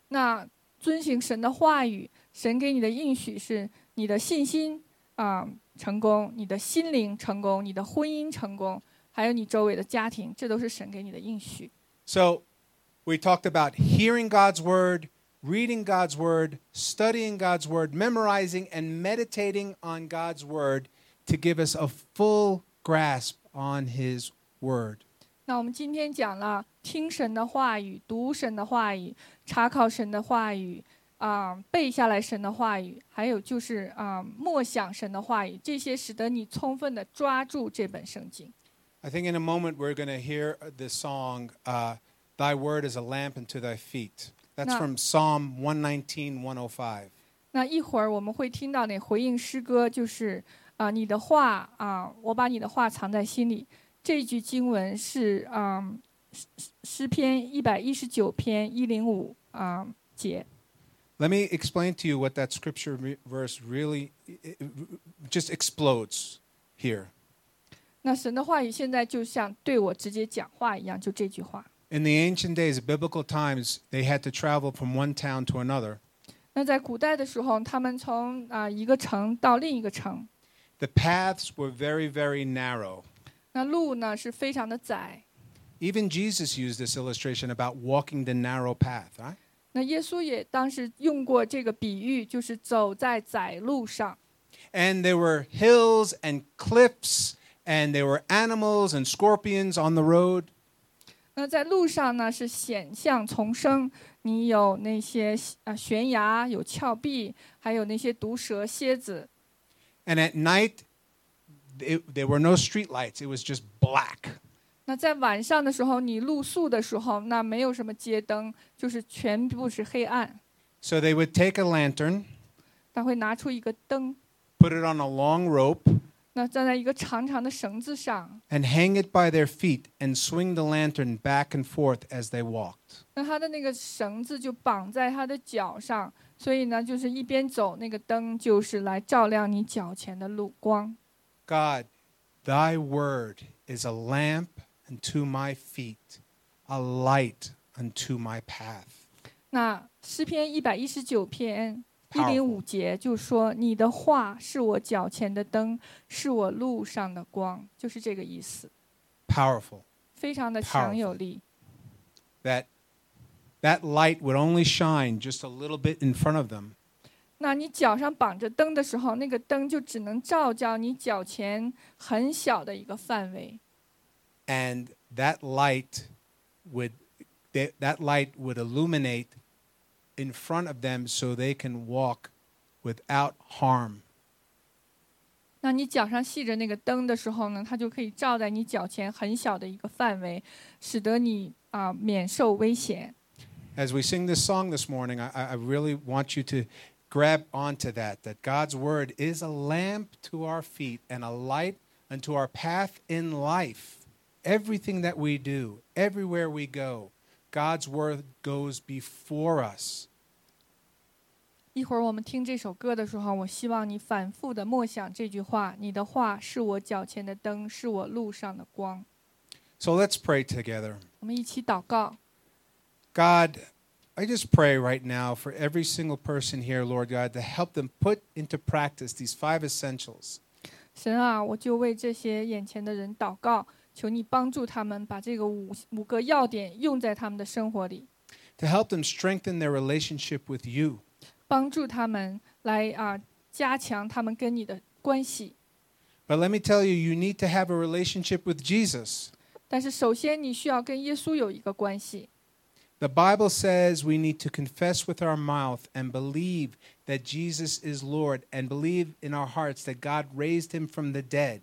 [SPEAKER 7] 那遵行神的话语，神给你的应许是你的信心啊、成功，你的心灵成功，你的婚姻成功，还有你周围的家庭，这都是神给你的应许。
[SPEAKER 9] So we talked about hearing God's word, reading God's word, studying God's word, memorizing and meditating on God's word to give us a full grasp on his word.
[SPEAKER 7] 那我们今天讲了听神的话语、读神的话语、查考神的话语，啊、背下来神的话语，还有就是啊、默想神的话语，这些使得你充分的抓住这本圣经。
[SPEAKER 9] I think in a moment we're going to hear the song, uh, Thy Word is a Lamp Unto Thy Feet. That's
[SPEAKER 7] No.
[SPEAKER 9] from Psalm 119, 105.
[SPEAKER 7] 那一会儿我们会听到那回应诗歌，就是啊、你的话啊、我把你的话藏在心里。这句经文是啊、诗诗诗篇一百一十九篇一零五啊节。
[SPEAKER 9] Let me explain to you what that scripture re- verse really i- i- just explodes here.
[SPEAKER 7] 那神的话语现在就像对我直接讲话一样，就这句话。
[SPEAKER 9] In the ancient days, biblical times, they had to travel from one town to another.
[SPEAKER 7] 那在古代的时候，他们从啊、一个城到另一个城，
[SPEAKER 9] The paths were very, very narrow.
[SPEAKER 7] 那路呢是非常的窄。
[SPEAKER 9] Even Jesus used this illustration about walking the narrow path, right?
[SPEAKER 7] 那耶稣也当时用过这个比喻，就是走在窄路上。
[SPEAKER 9] And there were hills and cliffs, and there were animals and scorpions on the road.
[SPEAKER 7] 那在路上呢是险象丛生，你有那些啊悬崖，有峭壁，还有那些毒蛇、蝎子。
[SPEAKER 9] And at night, it, there were no streetlights. It was just black.
[SPEAKER 7] 那在晚上的时候，你露宿的时候，那没有什么街灯，就是全部是黑暗。
[SPEAKER 9] So they would take a lantern,
[SPEAKER 7] 他会拿出一个灯，
[SPEAKER 9] put it on a long rope,
[SPEAKER 7] 那站在一个长长的绳子上，
[SPEAKER 9] and hang it by their feet and swing the lantern back and forth as they walked.
[SPEAKER 7] 那他的那个绳子就绑在他的脚上，所以呢，就是一边走，那个灯就是来照亮你脚前的路光。
[SPEAKER 9] God, thy word is a lamp unto my feet, a light unto my path.
[SPEAKER 7] 那诗篇一百一十九篇一零五节就说：“你的话是我脚前的灯，是我路上的光。”就是这个意思，
[SPEAKER 9] Powerful.
[SPEAKER 7] 非常的强
[SPEAKER 9] Powerful
[SPEAKER 7] 有力。
[SPEAKER 9] That that light would only shine just a little bit in front of them.
[SPEAKER 7] 那你脚上绑着灯的时候，那个灯就只能照着你脚前很小的一个范围。
[SPEAKER 9] and that light would that that light would illuminate in front of them so they can walk without harm
[SPEAKER 7] 那你脚上系着那个灯的时候呢，它就可以照在你脚前很小的一个范围，使得你啊、免受危险。
[SPEAKER 9] as we sing this song this morning I, I I really want you to grab onto that that god's word is a lamp to our feet and a light unto our path in life everything that we do everywhere we go god's word goes before us
[SPEAKER 7] 一会儿我们听这首歌的时候，我希望你反复的默想这句话：“你的话是我脚前的灯，是我路上的光。
[SPEAKER 9] so let's pray together ”
[SPEAKER 7] 我们一起祷告，
[SPEAKER 9] God, I just pray right now for every single person here, Lord God, to help them put into practice these five essentials.
[SPEAKER 7] 神啊，我就为这些眼前的人祷告，求你帮助他们把这个五五个要点用在他们的生活里，
[SPEAKER 9] To help them strengthen their relationship with you,
[SPEAKER 7] 帮助他们来啊、加强他们跟你的关系。
[SPEAKER 9] but let me tell you, you need to have a relationship with Jesus.
[SPEAKER 7] 但是首先，你需要跟耶稣有一个关系。
[SPEAKER 9] The Bible says we need to confess with our mouth and believe that Jesus is Lord and believe in our hearts that God raised him from the dead.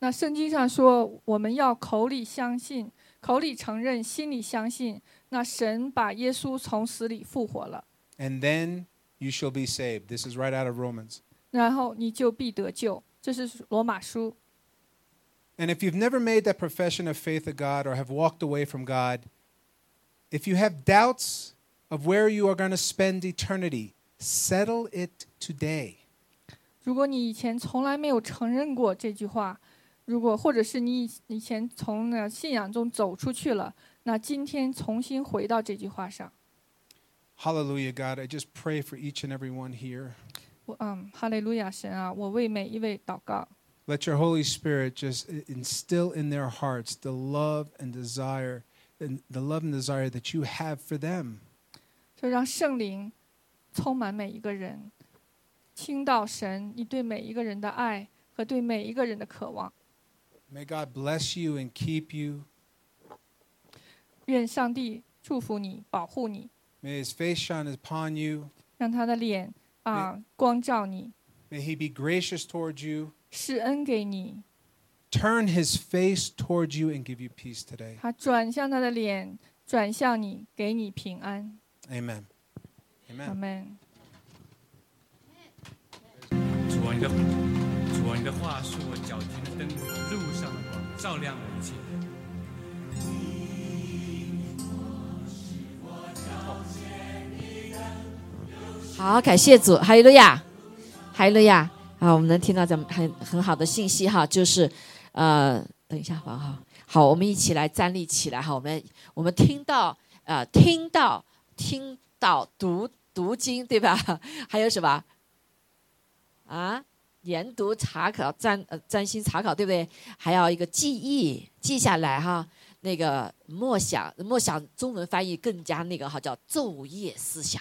[SPEAKER 7] 那圣经上说，我们要口里相信，口里承认，心里相信。那神把耶稣从死里复活了，
[SPEAKER 9] And then you shall be saved. This is right out of Romans.
[SPEAKER 7] 然后你就必得救。这是罗马书。
[SPEAKER 9] And if you've never made that profession of faith of God or have walked away from God, if you have doubts of where you are going to spend eternity, settle it today.
[SPEAKER 7] 如果你以前从来没有承认过这句话，如果或者是你以以前从那信仰中走出去了，那今天重新回到这句话上。
[SPEAKER 9] Hallelujah, God. I just pray for each and every one here.
[SPEAKER 7] 我嗯，哈利路亚，神啊，我为每一位祷告。
[SPEAKER 9] Let your Holy Spirit just i- instill in their hearts the love and desire and the love and desire that you have for them.
[SPEAKER 7] 就让圣灵充满每一个人，听到神你对每一个人的爱和对每一个人的渴望。
[SPEAKER 9] May God bless you and keep you.
[SPEAKER 7] 愿上帝祝福你，保护你，
[SPEAKER 9] May his face shine upon you.
[SPEAKER 7] 让他的脸啊、光照你，
[SPEAKER 9] May he be gracious towards you.
[SPEAKER 7] 施恩给你。
[SPEAKER 9] turn his face towards you and give you peace today.
[SPEAKER 7] 他转向他的脸，转向你，给你平安。
[SPEAKER 9] Amen. Amen.
[SPEAKER 7] 阿门。
[SPEAKER 4] 主啊，你的主啊，你的话是我脚前的灯，路上的光，照亮我一切。
[SPEAKER 2] 好，感谢主，哈利路亚，哈利路亚。啊，我们能听到咱们很很好的信息哈，就是，呃，等一下吧哈，好，我们一起来站立起来哈，我们我们听到呃听到听到读读经对吧？ <laughs> 还有什么啊？研读查考占呃占星查考对不对？还要一个记忆记下来哈。那个默想默想中文翻译更加那个哈叫昼夜思想，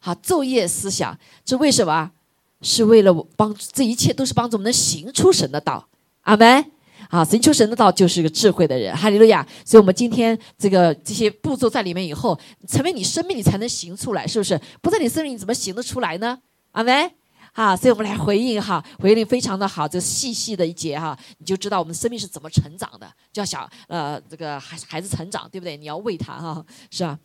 [SPEAKER 2] 好昼夜思想，这为什么啊？是为了我帮助，这一切都是帮助我们能行出神的道。阿门。啊，行出神的道就是个智慧的人，哈利路亚！所以，我们今天这个这些步骤在里面以后，成为你生命，你才能行出来，是不是？不在你生命，你怎么行得出来呢？阿门。啊，所以我们来回应哈，回应非常的好，这细细的一节哈，你就知道我们生命是怎么成长的，就像小呃这个孩孩子成长，对不对？你要喂他哈，是吧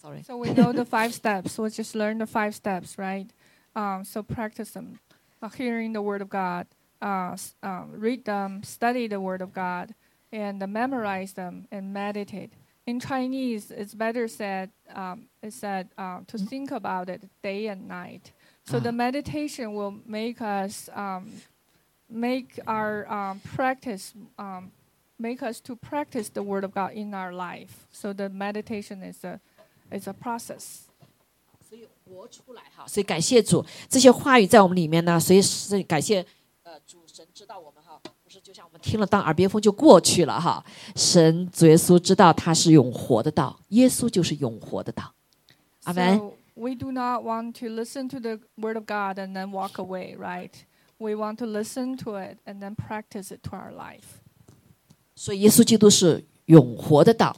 [SPEAKER 2] ？Sorry，
[SPEAKER 7] So we know the five steps. We'll just learn the five steps, right? Um, so practice them. Uh, hearing the Word of God, uh, s- um, read them, study the Word of God, and uh, memorize them and meditate. In Chinese, it's better said, um, it's said uh, to think about it day and night. So the meditation will make us um, make our um, practice um, make us to practice the word of God in our life. So the meditation is a is a process.
[SPEAKER 2] 好，所以感谢主，这些话语在我们里面呢，所以是感谢呃主神知道我们哈，不是就像我们听了当耳边风就过去了哈。神主耶稣知道他是永活的道，耶稣就是永活的道。阿门。
[SPEAKER 7] So we do not want to listen to the word of God and then walk away, right? We want to listen to it and then practice it to our life.
[SPEAKER 2] 所以耶稣基督是永活的道，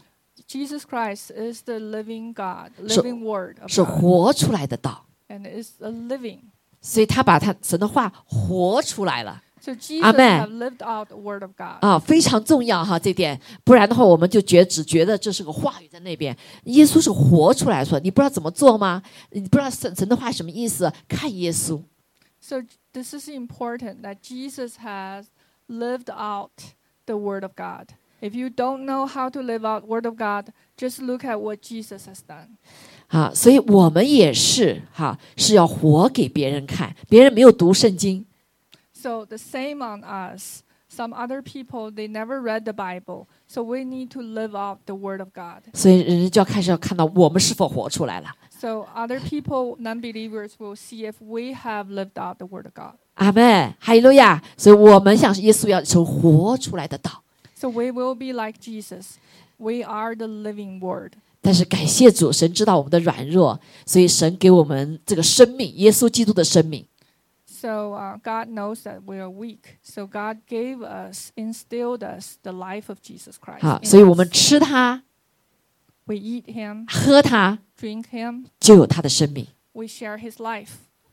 [SPEAKER 7] Jesus Christ is the living God,
[SPEAKER 2] 是
[SPEAKER 7] living word of
[SPEAKER 2] 是
[SPEAKER 7] God,
[SPEAKER 2] 活出来的道，
[SPEAKER 7] and is a living.
[SPEAKER 2] 所以他把他神的话活出来了。
[SPEAKER 7] So Jesus
[SPEAKER 2] Amen. Uh
[SPEAKER 7] have lived out the word of God.
[SPEAKER 2] 啊，非常重要哈，这点，不然的话，我们就觉只觉得这是个话语在那边。耶稣是活出来说，你不知道怎么做吗？你不知道神神的话什么意思？看耶稣，
[SPEAKER 7] So j- this is important that Jesus has lived out the word of God. If you don't know how to live out word of God, just look at what Jesus has done.
[SPEAKER 2] 啊，所以我们也是哈、是要活给别人看。别人没有读圣经，
[SPEAKER 7] So the same on us. Some other people they never read the Bible. So we need to live out the word of God.
[SPEAKER 2] 所以人家就要开始要看到我们是否活出来了。
[SPEAKER 7] So other people, non-believers will see if we have lived out the word of God.
[SPEAKER 2] 阿门，哈利路亚！所以我们像耶稣要从活出来的道。
[SPEAKER 7] So we will be like Jesus. We are the living word.
[SPEAKER 2] 但是感谢主，神知道我们的软弱，所以神给我们这个生命，耶稣基督的生命。
[SPEAKER 7] So uh, God knows that we are weak. So God gave us, instilled us the life of Jesus Christ.
[SPEAKER 2] 好，
[SPEAKER 7] in
[SPEAKER 2] 啊所以我们
[SPEAKER 7] us.
[SPEAKER 2] 吃它、
[SPEAKER 7] we eat Him,
[SPEAKER 2] 喝它，
[SPEAKER 7] drink Him,
[SPEAKER 2] 就有它的生命。
[SPEAKER 7] we share His life.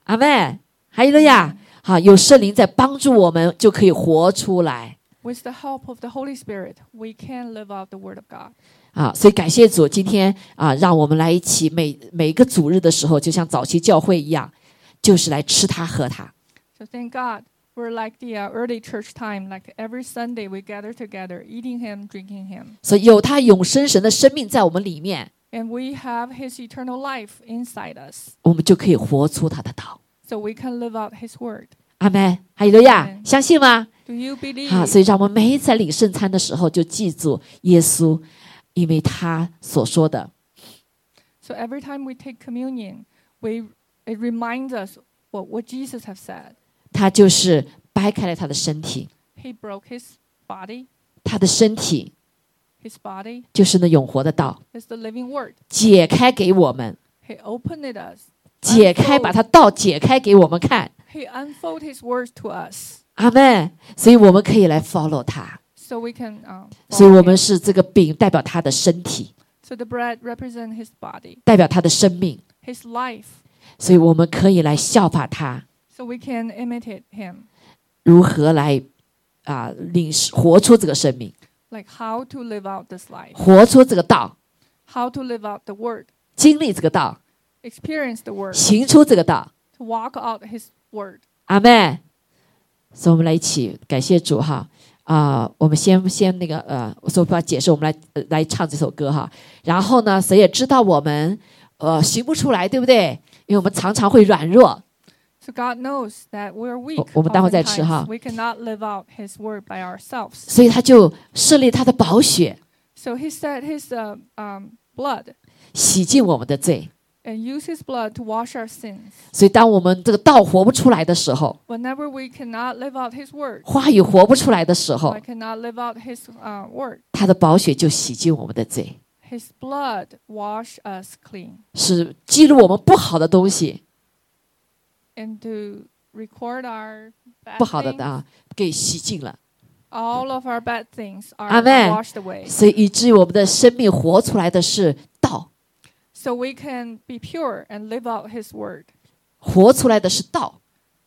[SPEAKER 2] 阿妹，哈利路亚！好，有圣灵在帮助我们，就可以活出来
[SPEAKER 7] With the help of the Holy Spirit, we can live out the Word of God.
[SPEAKER 2] 啊！所以感谢主，今天啊，让我们来一起每每个主日的时候，就像早期教会一样，就是来吃它喝它。
[SPEAKER 7] So thank God. We're like the uh, early church time, like every Sunday we gather together, eating Him, drinking Him.
[SPEAKER 2] 所以有它永生神的生命在我们里面，
[SPEAKER 7] And we have His eternal life inside us.
[SPEAKER 2] 我们就可以活出它的道。
[SPEAKER 7] So we can live out His Word.
[SPEAKER 2] 阿妹，哈利路亚！
[SPEAKER 7] Amen
[SPEAKER 2] 相信吗？啊
[SPEAKER 7] Do you believe?
[SPEAKER 2] 好，所以让我们每一次在领圣餐的时候，就记住耶稣，因为他所说的。
[SPEAKER 7] So every time we take communion, we it reminds us what, what Jesus has said.
[SPEAKER 2] 他就是掰开了他的身体，
[SPEAKER 7] He broke his body.
[SPEAKER 2] 他的身体
[SPEAKER 7] His body
[SPEAKER 2] 就是那永活的道，
[SPEAKER 7] is the living word.
[SPEAKER 2] 解开给我们，
[SPEAKER 7] He opened it us.
[SPEAKER 2] 解开把它道解开给我们看，
[SPEAKER 7] He unfolded his words to us
[SPEAKER 2] 阿门。所以我们可以来 follow 他，
[SPEAKER 7] so we can um,
[SPEAKER 2] 所以
[SPEAKER 7] follow
[SPEAKER 2] 我
[SPEAKER 7] him.
[SPEAKER 2] 们是这个饼代表他的身体，
[SPEAKER 7] So the bread represents his body,
[SPEAKER 2] 代表他的生命，
[SPEAKER 7] his life.
[SPEAKER 2] 所以我们可以来效法他，
[SPEAKER 7] So we can imitate him,
[SPEAKER 2] 如何来啊、领活出这个生命，
[SPEAKER 7] like how to live out this life,
[SPEAKER 2] 活出这个道，
[SPEAKER 7] how to live out the word,
[SPEAKER 2] 经历这个道，
[SPEAKER 7] experience the word,
[SPEAKER 2] 行出这个道。
[SPEAKER 7] to walk out his word.
[SPEAKER 2] 阿妹，所以我们来一起感谢主哈啊、我们先先那个呃，我说不要解释，我们来、呃来唱这首歌哈。然后呢，谁也知道我们呃行不出来，对不对？因为我们常常会软弱，
[SPEAKER 7] So God knows that we're weak.
[SPEAKER 2] 我们待会再吃哈。
[SPEAKER 7] oftentimes. We cannot live out His word by ourselves.
[SPEAKER 2] 所以他就设立他的宝血，
[SPEAKER 7] So He said His uh, um, blood
[SPEAKER 2] 洗净我们的罪。
[SPEAKER 7] and use His blood to wash our sins.
[SPEAKER 2] 所以当我们这个道活不出来的时候，
[SPEAKER 7] Whenever we cannot live out His word,
[SPEAKER 2] 话语活不出来的时
[SPEAKER 7] or
[SPEAKER 2] 候
[SPEAKER 7] I，cannot live out His uh, word.
[SPEAKER 2] 他的宝血就洗净我们的罪，
[SPEAKER 7] His blood wash us clean
[SPEAKER 2] 是记录我们不好的东西，
[SPEAKER 7] and to record our bad
[SPEAKER 2] 不好的
[SPEAKER 7] things,
[SPEAKER 2] 啊，给洗净了。
[SPEAKER 7] all of our bad things are
[SPEAKER 2] Amen.
[SPEAKER 7] washed away.
[SPEAKER 2] 所以以至于我们的生命活出来的是道，
[SPEAKER 7] So we can be pure and live out His word.
[SPEAKER 2] 活出来的是道，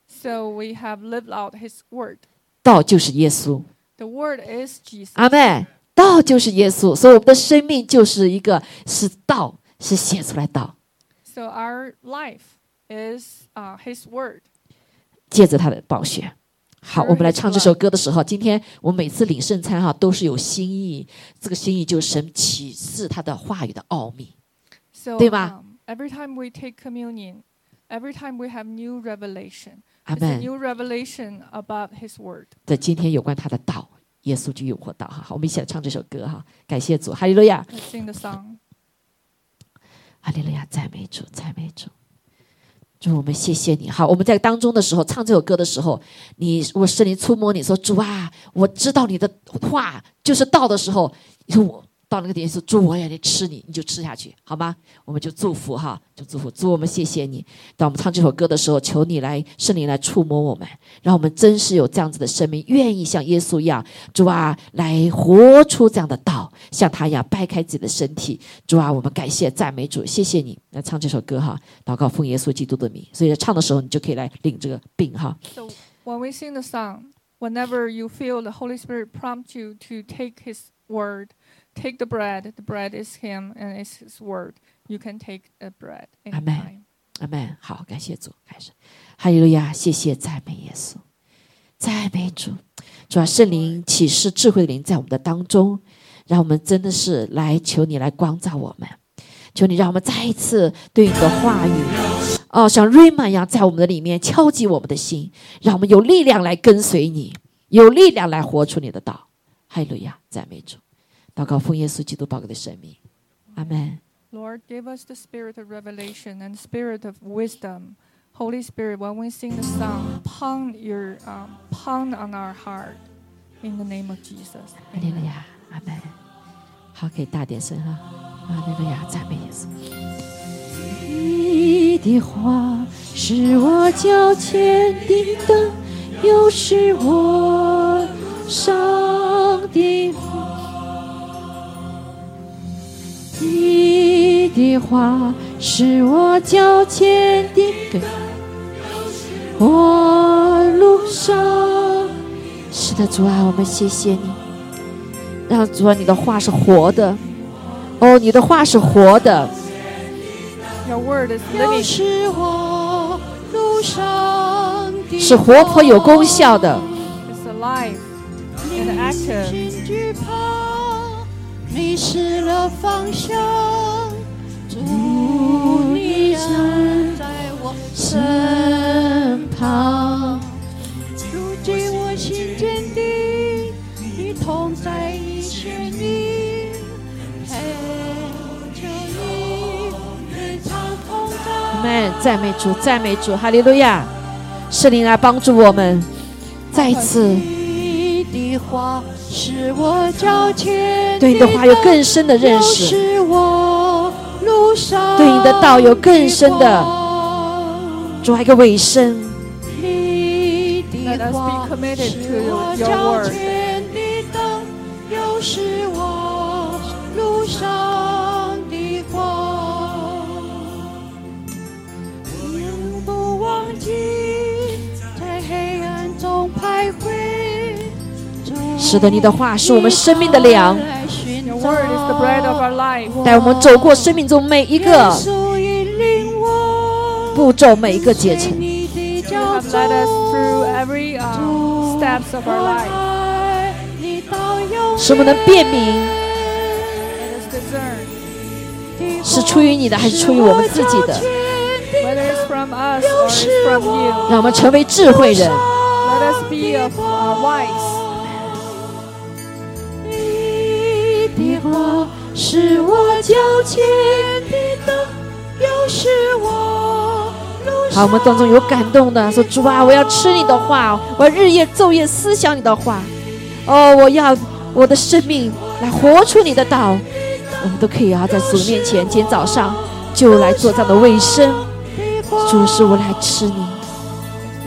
[SPEAKER 7] So we have lived out His word.
[SPEAKER 2] 道就是耶稣。
[SPEAKER 7] The word is Jesus.
[SPEAKER 2] 阿妹，道就是耶稣，所以我们的生命就是一个是道，是写出来道，
[SPEAKER 7] So our life is uh, His word.
[SPEAKER 2] 借着他的宝血。好，
[SPEAKER 7] Through
[SPEAKER 2] 我们来
[SPEAKER 7] his
[SPEAKER 2] 唱这首
[SPEAKER 7] blood.
[SPEAKER 2] 歌的时候，今天我们每次领圣餐哈、都是有心意，这个心意就是神启示他的话语的奥秘。
[SPEAKER 7] So
[SPEAKER 2] 对吧？
[SPEAKER 7] um, every time we take communion, every time we have new revelation,
[SPEAKER 2] 阿
[SPEAKER 7] it's a
[SPEAKER 2] 门。
[SPEAKER 7] new revelation about His word.
[SPEAKER 2] 在今天有关他的道，耶稣就有活道哈。好，我们一起来唱这首歌哈，感谢主，哈利路亚。
[SPEAKER 7] Let's sing the song.
[SPEAKER 2] 哈利路亚，赞美主，赞美主。主，我们谢谢你。好，我们在当中的时候唱这首歌的时候，你如果圣灵触摸你说主啊，我知道你的话就是道的时候，你说我到那个点说主，我也得吃你，你就吃下去，好吗？我们就祝福哈，就祝福主，我们谢谢你。当我们唱这首歌的时候，求你来圣灵来触摸我们，让我们真是有这样子的生命，愿意像耶稣一样，主啊，来活出这样的道，像他一样掰开自己的身体，主啊，我们感谢赞美主，谢谢你来唱这首歌哈，祷告奉耶稣基督的名。所以在唱的时候，你就可以来领这个病哈。
[SPEAKER 7] So when we sing the song, whenever you feel the Holy Spirit prompt you to take His word, take the bread. The bread is Him and it's His word. You can take the bread
[SPEAKER 2] Amen.
[SPEAKER 7] anytime.
[SPEAKER 2] 阿门。好，感谢主，开始。哈利路亚，谢谢赞美耶稣，赞美主。主啊，圣灵启示智慧的灵在我们的当中，让我们真的是来求你来光照我们，求你让我们再一次对你的话语，哦，像瑞玛一样在我们的里面敲击我们的心，让我们有力量来跟随你，有力量来活出你的道。哈利路亚，赞美主。祷告奉耶稣基督宝贵的圣名，阿门。
[SPEAKER 7] Lord, give us the spirit of revelation and spirit of wisdom. Holy Spirit, when we sing the song, pound your um, pound on our heart. In the name of Jesus.
[SPEAKER 2] 哈利路亚，阿门。好，可以大点声啊！哈利路亚，赞美耶稣。
[SPEAKER 5] 你的话是我脚前的灯，又是我上的路。你的话是我脚前的灯，我路上。
[SPEAKER 2] 是的，主啊，我们谢谢你，让主啊，你的话是活的，哦，你的话是活的，
[SPEAKER 7] Your word is
[SPEAKER 5] 又
[SPEAKER 7] living.
[SPEAKER 5] 是我路上的
[SPEAKER 2] 是活泼有功效的。
[SPEAKER 7] It's alive and active.
[SPEAKER 5] 心惧怕，迷失了方向。主，你站在我身旁，如今我心坚定，你同在一旋律，陪着你，日常同
[SPEAKER 2] 我
[SPEAKER 5] 在。
[SPEAKER 2] 们赞美主，赞美主，哈利路亚！圣灵来帮助我们，再一次
[SPEAKER 5] 你的话是我脚前
[SPEAKER 2] 对你的话有
[SPEAKER 5] 灯
[SPEAKER 2] 更深的认识，
[SPEAKER 5] 又是我路上
[SPEAKER 2] 对你的道有更深的
[SPEAKER 5] 光
[SPEAKER 2] 主啊，一个尾声，
[SPEAKER 5] 你的
[SPEAKER 7] Let us
[SPEAKER 5] 话
[SPEAKER 7] be committed
[SPEAKER 5] 是
[SPEAKER 7] to
[SPEAKER 5] 我
[SPEAKER 7] your
[SPEAKER 5] 脚
[SPEAKER 7] word.
[SPEAKER 5] 前的灯，又是我路上的光。永不忘记，在黑暗中徘徊。
[SPEAKER 2] 使得你的话是我们生命的粮，
[SPEAKER 5] Your
[SPEAKER 7] Your word is the bread of our life.
[SPEAKER 2] 带我们走过生命中每一个步骤，每一个阶层。
[SPEAKER 7] You have led us through every um, steps of our life.
[SPEAKER 2] 使我们能辨明
[SPEAKER 7] Let us discern
[SPEAKER 2] 是出于你的还是出于我们自己的。
[SPEAKER 7] whether it's from us or it's from you.
[SPEAKER 2] 让我们成为智慧人，
[SPEAKER 7] Let us be of, uh, wise.
[SPEAKER 5] 你的话是我脚前的灯，又是我路
[SPEAKER 2] 好，我们当中有感动的说：“主啊，我要吃你的话，我要日夜昼夜思想你的话。哦，我要我的生命来活出你的道。”我们都可以啊，在主面前，今天早上就来做这样的卫生。主使我来吃你，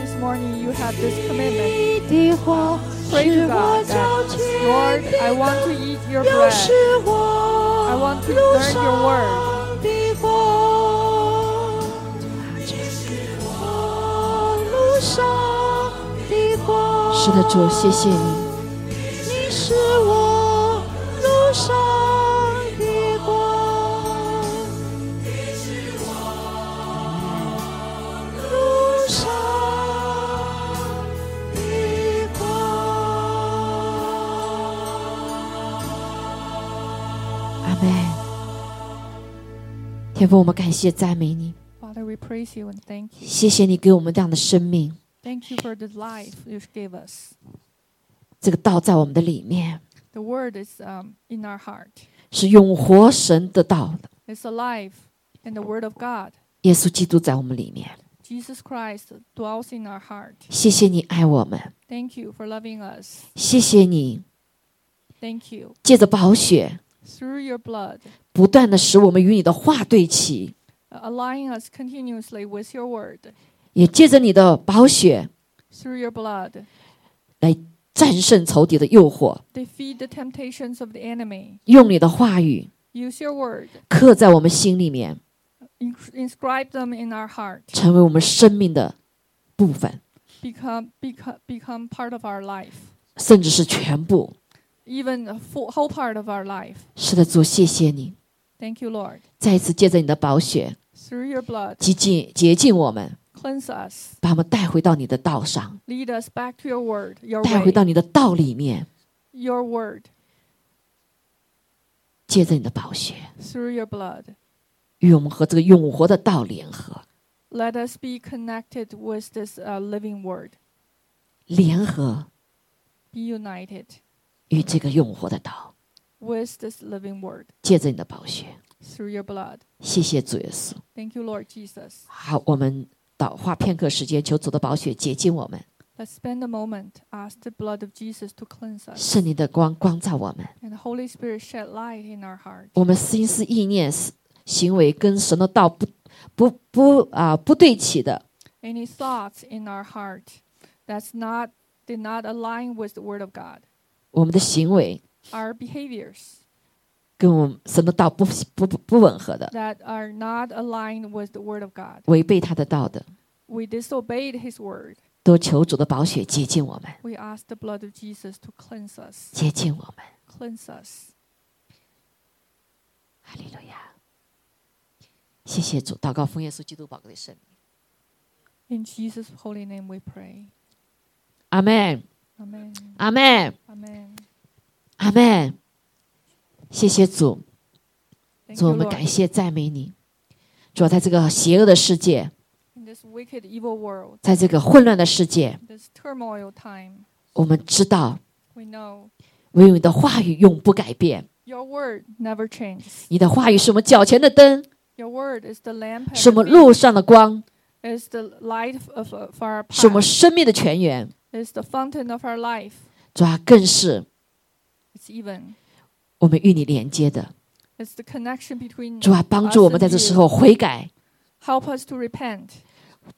[SPEAKER 7] This morning you have this commitment.
[SPEAKER 5] 你的话
[SPEAKER 7] Pray
[SPEAKER 5] 是我
[SPEAKER 7] to God
[SPEAKER 5] 脚
[SPEAKER 7] that, uh,
[SPEAKER 5] 前
[SPEAKER 7] Lord,
[SPEAKER 5] 的
[SPEAKER 7] I
[SPEAKER 5] 灯，
[SPEAKER 7] want to eat your
[SPEAKER 5] 又
[SPEAKER 7] bread.
[SPEAKER 5] 是
[SPEAKER 7] I
[SPEAKER 5] 我
[SPEAKER 7] want to
[SPEAKER 5] 路
[SPEAKER 7] learn
[SPEAKER 5] 上
[SPEAKER 7] your word.
[SPEAKER 5] 的光，这是我路上的光。
[SPEAKER 2] 是的，主，谢谢你。
[SPEAKER 5] 你是我路上的光，你是我路上的光。
[SPEAKER 2] 阿门。天父，我们感谢赞美你，
[SPEAKER 7] Father, we praise you and thank you.
[SPEAKER 2] 谢谢你给我们这样的生命，
[SPEAKER 7] Thank you for the life you gave us.
[SPEAKER 2] 这个道在我们的里面
[SPEAKER 7] The word is um, in our heart.
[SPEAKER 2] 是永活神的道的，
[SPEAKER 7] It's alive, and the word of God,
[SPEAKER 2] 耶稣基督在我们里面。
[SPEAKER 7] Jesus Christ, dwells in our heart.
[SPEAKER 2] 谢谢你爱我们，
[SPEAKER 7] Thank you for loving us.
[SPEAKER 2] 谢谢你
[SPEAKER 7] Thank you.
[SPEAKER 2] 借着宝血
[SPEAKER 7] Through your blood, uh,
[SPEAKER 2] 不断的使我们与你的话对齐，
[SPEAKER 7] aligning us continuously with your word.
[SPEAKER 2] 也借着你的宝血
[SPEAKER 7] Through your blood,
[SPEAKER 2] 来战胜仇敌的诱惑，
[SPEAKER 7] defeat the temptations of the enemy.
[SPEAKER 2] 用你的话语
[SPEAKER 7] Use your word,
[SPEAKER 2] 刻在我们心里面，
[SPEAKER 7] in- inscribe them in our heart,
[SPEAKER 2] 成为我们生命的部分，
[SPEAKER 7] become, become, become part of our life,
[SPEAKER 2] 甚至是全部。
[SPEAKER 7] even a full, whole part of our life.
[SPEAKER 2] 是的，主，谢谢你。
[SPEAKER 7] Thank you, Lord.
[SPEAKER 2] 再一次借着你的宝血
[SPEAKER 7] Through your blood,
[SPEAKER 2] 洁净洁净我们，
[SPEAKER 7] cleanse us,
[SPEAKER 2] 把我们带回到你的道上，
[SPEAKER 7] lead us back to your word, your
[SPEAKER 2] 带回
[SPEAKER 7] way,
[SPEAKER 2] 到你的道里面，
[SPEAKER 7] your word.
[SPEAKER 2] 借着你的宝血，
[SPEAKER 7] Through your blood,
[SPEAKER 2] 与我们和这个永活的道联合，
[SPEAKER 7] let us be connected with this uh, living word.
[SPEAKER 2] 联合
[SPEAKER 7] Be united.
[SPEAKER 2] 与这个永活的道，
[SPEAKER 7] with this living word
[SPEAKER 2] 借着你的宝血，
[SPEAKER 7] through your blood.
[SPEAKER 2] 谢谢主耶稣。
[SPEAKER 7] Thank you, Lord Jesus.
[SPEAKER 2] 好，我们祷花片刻时间，求主的宝血洁净我们，
[SPEAKER 7] Let's spend a moment, ask the blood of Jesus to cleanse us,
[SPEAKER 2] 圣灵的光光照我们，
[SPEAKER 7] and the Holy Spirit shed light in our heart.
[SPEAKER 2] 我们心思意念、思行为跟神的道不不不啊、不对齐的，
[SPEAKER 7] Any thoughts in our heart that's not did not align with the Word of God,
[SPEAKER 2] 我们的行为
[SPEAKER 7] our behaviors
[SPEAKER 2] 跟我们神的道不不不不吻合的，
[SPEAKER 7] that are not aligned with the Word of God.
[SPEAKER 2] 违背他的道的，
[SPEAKER 7] We disobeyed His Word.
[SPEAKER 2] 都求主的宝血洁净我们，
[SPEAKER 7] We ask the blood of Jesus to cleanse us,
[SPEAKER 2] 洁净我们。
[SPEAKER 7] cleanse us.
[SPEAKER 2] 哈利路亚！谢谢主，祷告奉耶稣基督宝贵的圣名，
[SPEAKER 7] In Jesus' holy name, we pray.
[SPEAKER 2] 阿门，
[SPEAKER 7] Amen.
[SPEAKER 2] 阿门，
[SPEAKER 7] Amen.
[SPEAKER 2] 阿门。谢谢主，
[SPEAKER 7] Thank
[SPEAKER 2] 主
[SPEAKER 7] you,
[SPEAKER 2] 我们
[SPEAKER 7] Lord.
[SPEAKER 2] 感谢赞美你。主啊要在这个邪恶的世界，
[SPEAKER 7] In this wicked, evil world,
[SPEAKER 2] 在这个混乱的世界，
[SPEAKER 7] this turmoil time,
[SPEAKER 2] 我们知道
[SPEAKER 7] we know
[SPEAKER 2] 唯有你的话语永不改变。
[SPEAKER 7] your word never changes.
[SPEAKER 2] 你的话语是我们脚前的灯，
[SPEAKER 7] Your word is the lamp,
[SPEAKER 2] 是我们
[SPEAKER 7] and
[SPEAKER 2] 路上的光，
[SPEAKER 7] is the light of, of our
[SPEAKER 2] 是我们
[SPEAKER 7] path,
[SPEAKER 2] 生命的泉源。
[SPEAKER 7] is the fountain of our life.
[SPEAKER 2] 主要更是
[SPEAKER 7] It's even.
[SPEAKER 2] 我们与你连接的。
[SPEAKER 7] It's the connection between
[SPEAKER 2] 主啊，帮助我们
[SPEAKER 7] us
[SPEAKER 2] 在
[SPEAKER 7] and
[SPEAKER 2] 这时
[SPEAKER 7] you.
[SPEAKER 2] 候悔改，
[SPEAKER 7] Help us to repent.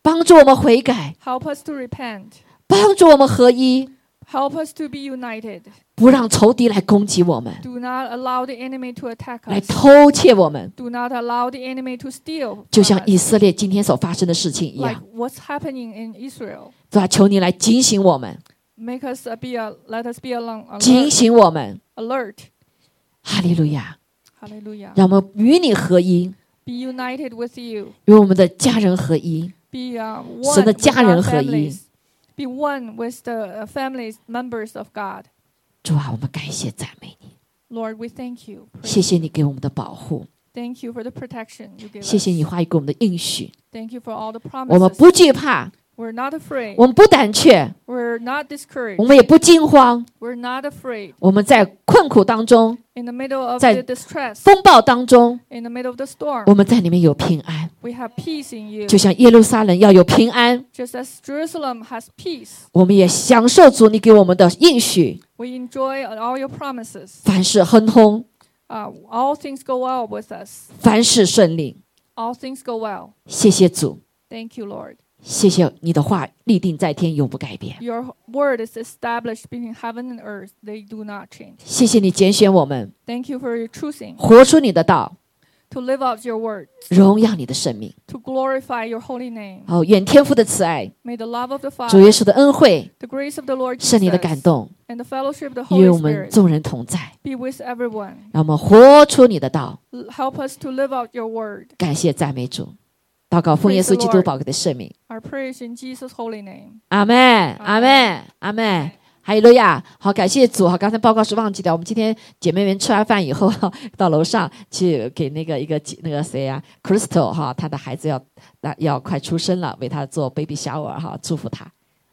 [SPEAKER 2] 帮助我们悔改，
[SPEAKER 7] Help us to repent.
[SPEAKER 2] 帮助我们合一，
[SPEAKER 7] Help us to be united.
[SPEAKER 2] 不让仇敌来攻击我们，
[SPEAKER 7] Do not allow the enemy to attack
[SPEAKER 2] 来
[SPEAKER 7] us.
[SPEAKER 2] 偷窃我们，
[SPEAKER 7] Do not allow the enemy to steal.
[SPEAKER 2] 就
[SPEAKER 7] from
[SPEAKER 2] 像以
[SPEAKER 7] us,
[SPEAKER 2] 色列今天所发生的事情一
[SPEAKER 7] like
[SPEAKER 2] 样。
[SPEAKER 7] what's happening in Israel.
[SPEAKER 2] 主啊，求你来警醒我们，
[SPEAKER 7] Make us uh, be a, let us be alone,
[SPEAKER 2] 警
[SPEAKER 7] alert,
[SPEAKER 2] 醒我们。
[SPEAKER 7] alert.
[SPEAKER 2] 哈利路亚！
[SPEAKER 7] Hallelujah.
[SPEAKER 2] 让我们与你合一，
[SPEAKER 7] Be united with you.
[SPEAKER 2] 与我们的家人合一，
[SPEAKER 7] Be uh, one
[SPEAKER 2] 神的家人合一。
[SPEAKER 7] with our families. Be one with the uh, families members of God.
[SPEAKER 2] 主啊，我们感谢赞美你，
[SPEAKER 7] Lord, we thank you.
[SPEAKER 2] 谢
[SPEAKER 7] Praise,
[SPEAKER 2] 谢你给我们的保护，
[SPEAKER 7] Thank you for the protection you give
[SPEAKER 2] 谢谢
[SPEAKER 7] us.
[SPEAKER 2] 你话语给我们的应许，
[SPEAKER 7] Thank you for all the
[SPEAKER 2] 我们不
[SPEAKER 7] promises.
[SPEAKER 2] 惧怕，
[SPEAKER 7] We're not afraid.
[SPEAKER 2] 我们不胆怯，
[SPEAKER 7] We're not discouraged.
[SPEAKER 2] 我们也不惊慌。
[SPEAKER 7] We're not afraid.
[SPEAKER 2] 我们在困苦当中、
[SPEAKER 7] In the middle of
[SPEAKER 2] 在
[SPEAKER 7] the distress,
[SPEAKER 2] 风暴当中，
[SPEAKER 7] in the middle of the storm,
[SPEAKER 2] 我们在里面有平安，
[SPEAKER 7] we have peace in you.
[SPEAKER 2] 就像耶路撒冷要有平安，
[SPEAKER 7] Just as Jerusalem has peace,
[SPEAKER 2] 我们也享受主你给我们的应许，
[SPEAKER 7] we enjoy all your promises.
[SPEAKER 2] 凡事亨通，
[SPEAKER 7] Uh, all things go well with us.
[SPEAKER 2] 凡事顺利。
[SPEAKER 7] All things go well.
[SPEAKER 2] 谢谢主，
[SPEAKER 7] Thank you, Lord.
[SPEAKER 2] 谢谢你的话立定在天，永不改变。
[SPEAKER 7] Your word is established between heaven and earth. They do not change.
[SPEAKER 2] 谢谢你拣选我们，
[SPEAKER 7] Thank you for your choosing
[SPEAKER 2] 活出你的道，
[SPEAKER 7] to live out your word,
[SPEAKER 2] 荣耀你的生命。
[SPEAKER 7] to glorify your holy name.
[SPEAKER 2] 哦，愿天父的慈爱、
[SPEAKER 7] May the love of the
[SPEAKER 2] 主耶
[SPEAKER 7] Father,
[SPEAKER 2] 稣的恩惠、
[SPEAKER 7] the grace of the Lord
[SPEAKER 2] 圣灵的感
[SPEAKER 7] Jesus,
[SPEAKER 2] 动，
[SPEAKER 7] and the fellowship of the
[SPEAKER 2] 与我
[SPEAKER 7] Holy
[SPEAKER 2] 们
[SPEAKER 7] Spirit
[SPEAKER 2] 众人同在，
[SPEAKER 7] be with everyone.
[SPEAKER 2] 让我们活出你的道。
[SPEAKER 7] L- Help us to live out your word.
[SPEAKER 2] 感谢赞美主，祷告奉耶稣基督宝贵的圣名，
[SPEAKER 7] Our prayers in Jesus' holy name.
[SPEAKER 2] 阿门，阿门，阿门。还有路亚，好，感谢主。好，刚才报告是忘记掉。我们今天姐妹们吃完饭以后，到楼上去给那个一个那个谁呀、c r y s t a l 哈，她的孩子要那要快出生了，为她做 baby shower 哈，祝福她。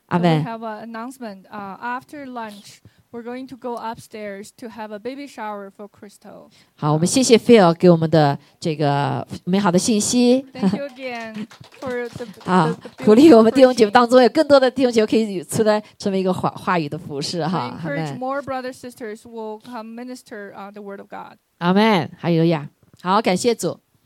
[SPEAKER 2] 阿
[SPEAKER 7] And We
[SPEAKER 2] 门。
[SPEAKER 7] have an announcement. Uh, after lunch, we're going to go upstairs to have a baby shower for Crystal.
[SPEAKER 2] 好，我们谢谢 Phil 给我们的这个美好的信息。
[SPEAKER 7] Thank
[SPEAKER 2] <laughs>
[SPEAKER 7] you again for the, the,
[SPEAKER 2] 啊
[SPEAKER 7] the, the，
[SPEAKER 2] Ah，鼓励我们弟兄姐妹
[SPEAKER 7] beautiful
[SPEAKER 2] 当中有更多的弟兄姐妹可以出来成为一个话话语的服饰
[SPEAKER 7] I
[SPEAKER 2] 哈，阿门，
[SPEAKER 7] encourage more brothers sisters will come minister uh, the word of God.
[SPEAKER 2] 阿门，还有呀，好，感谢主，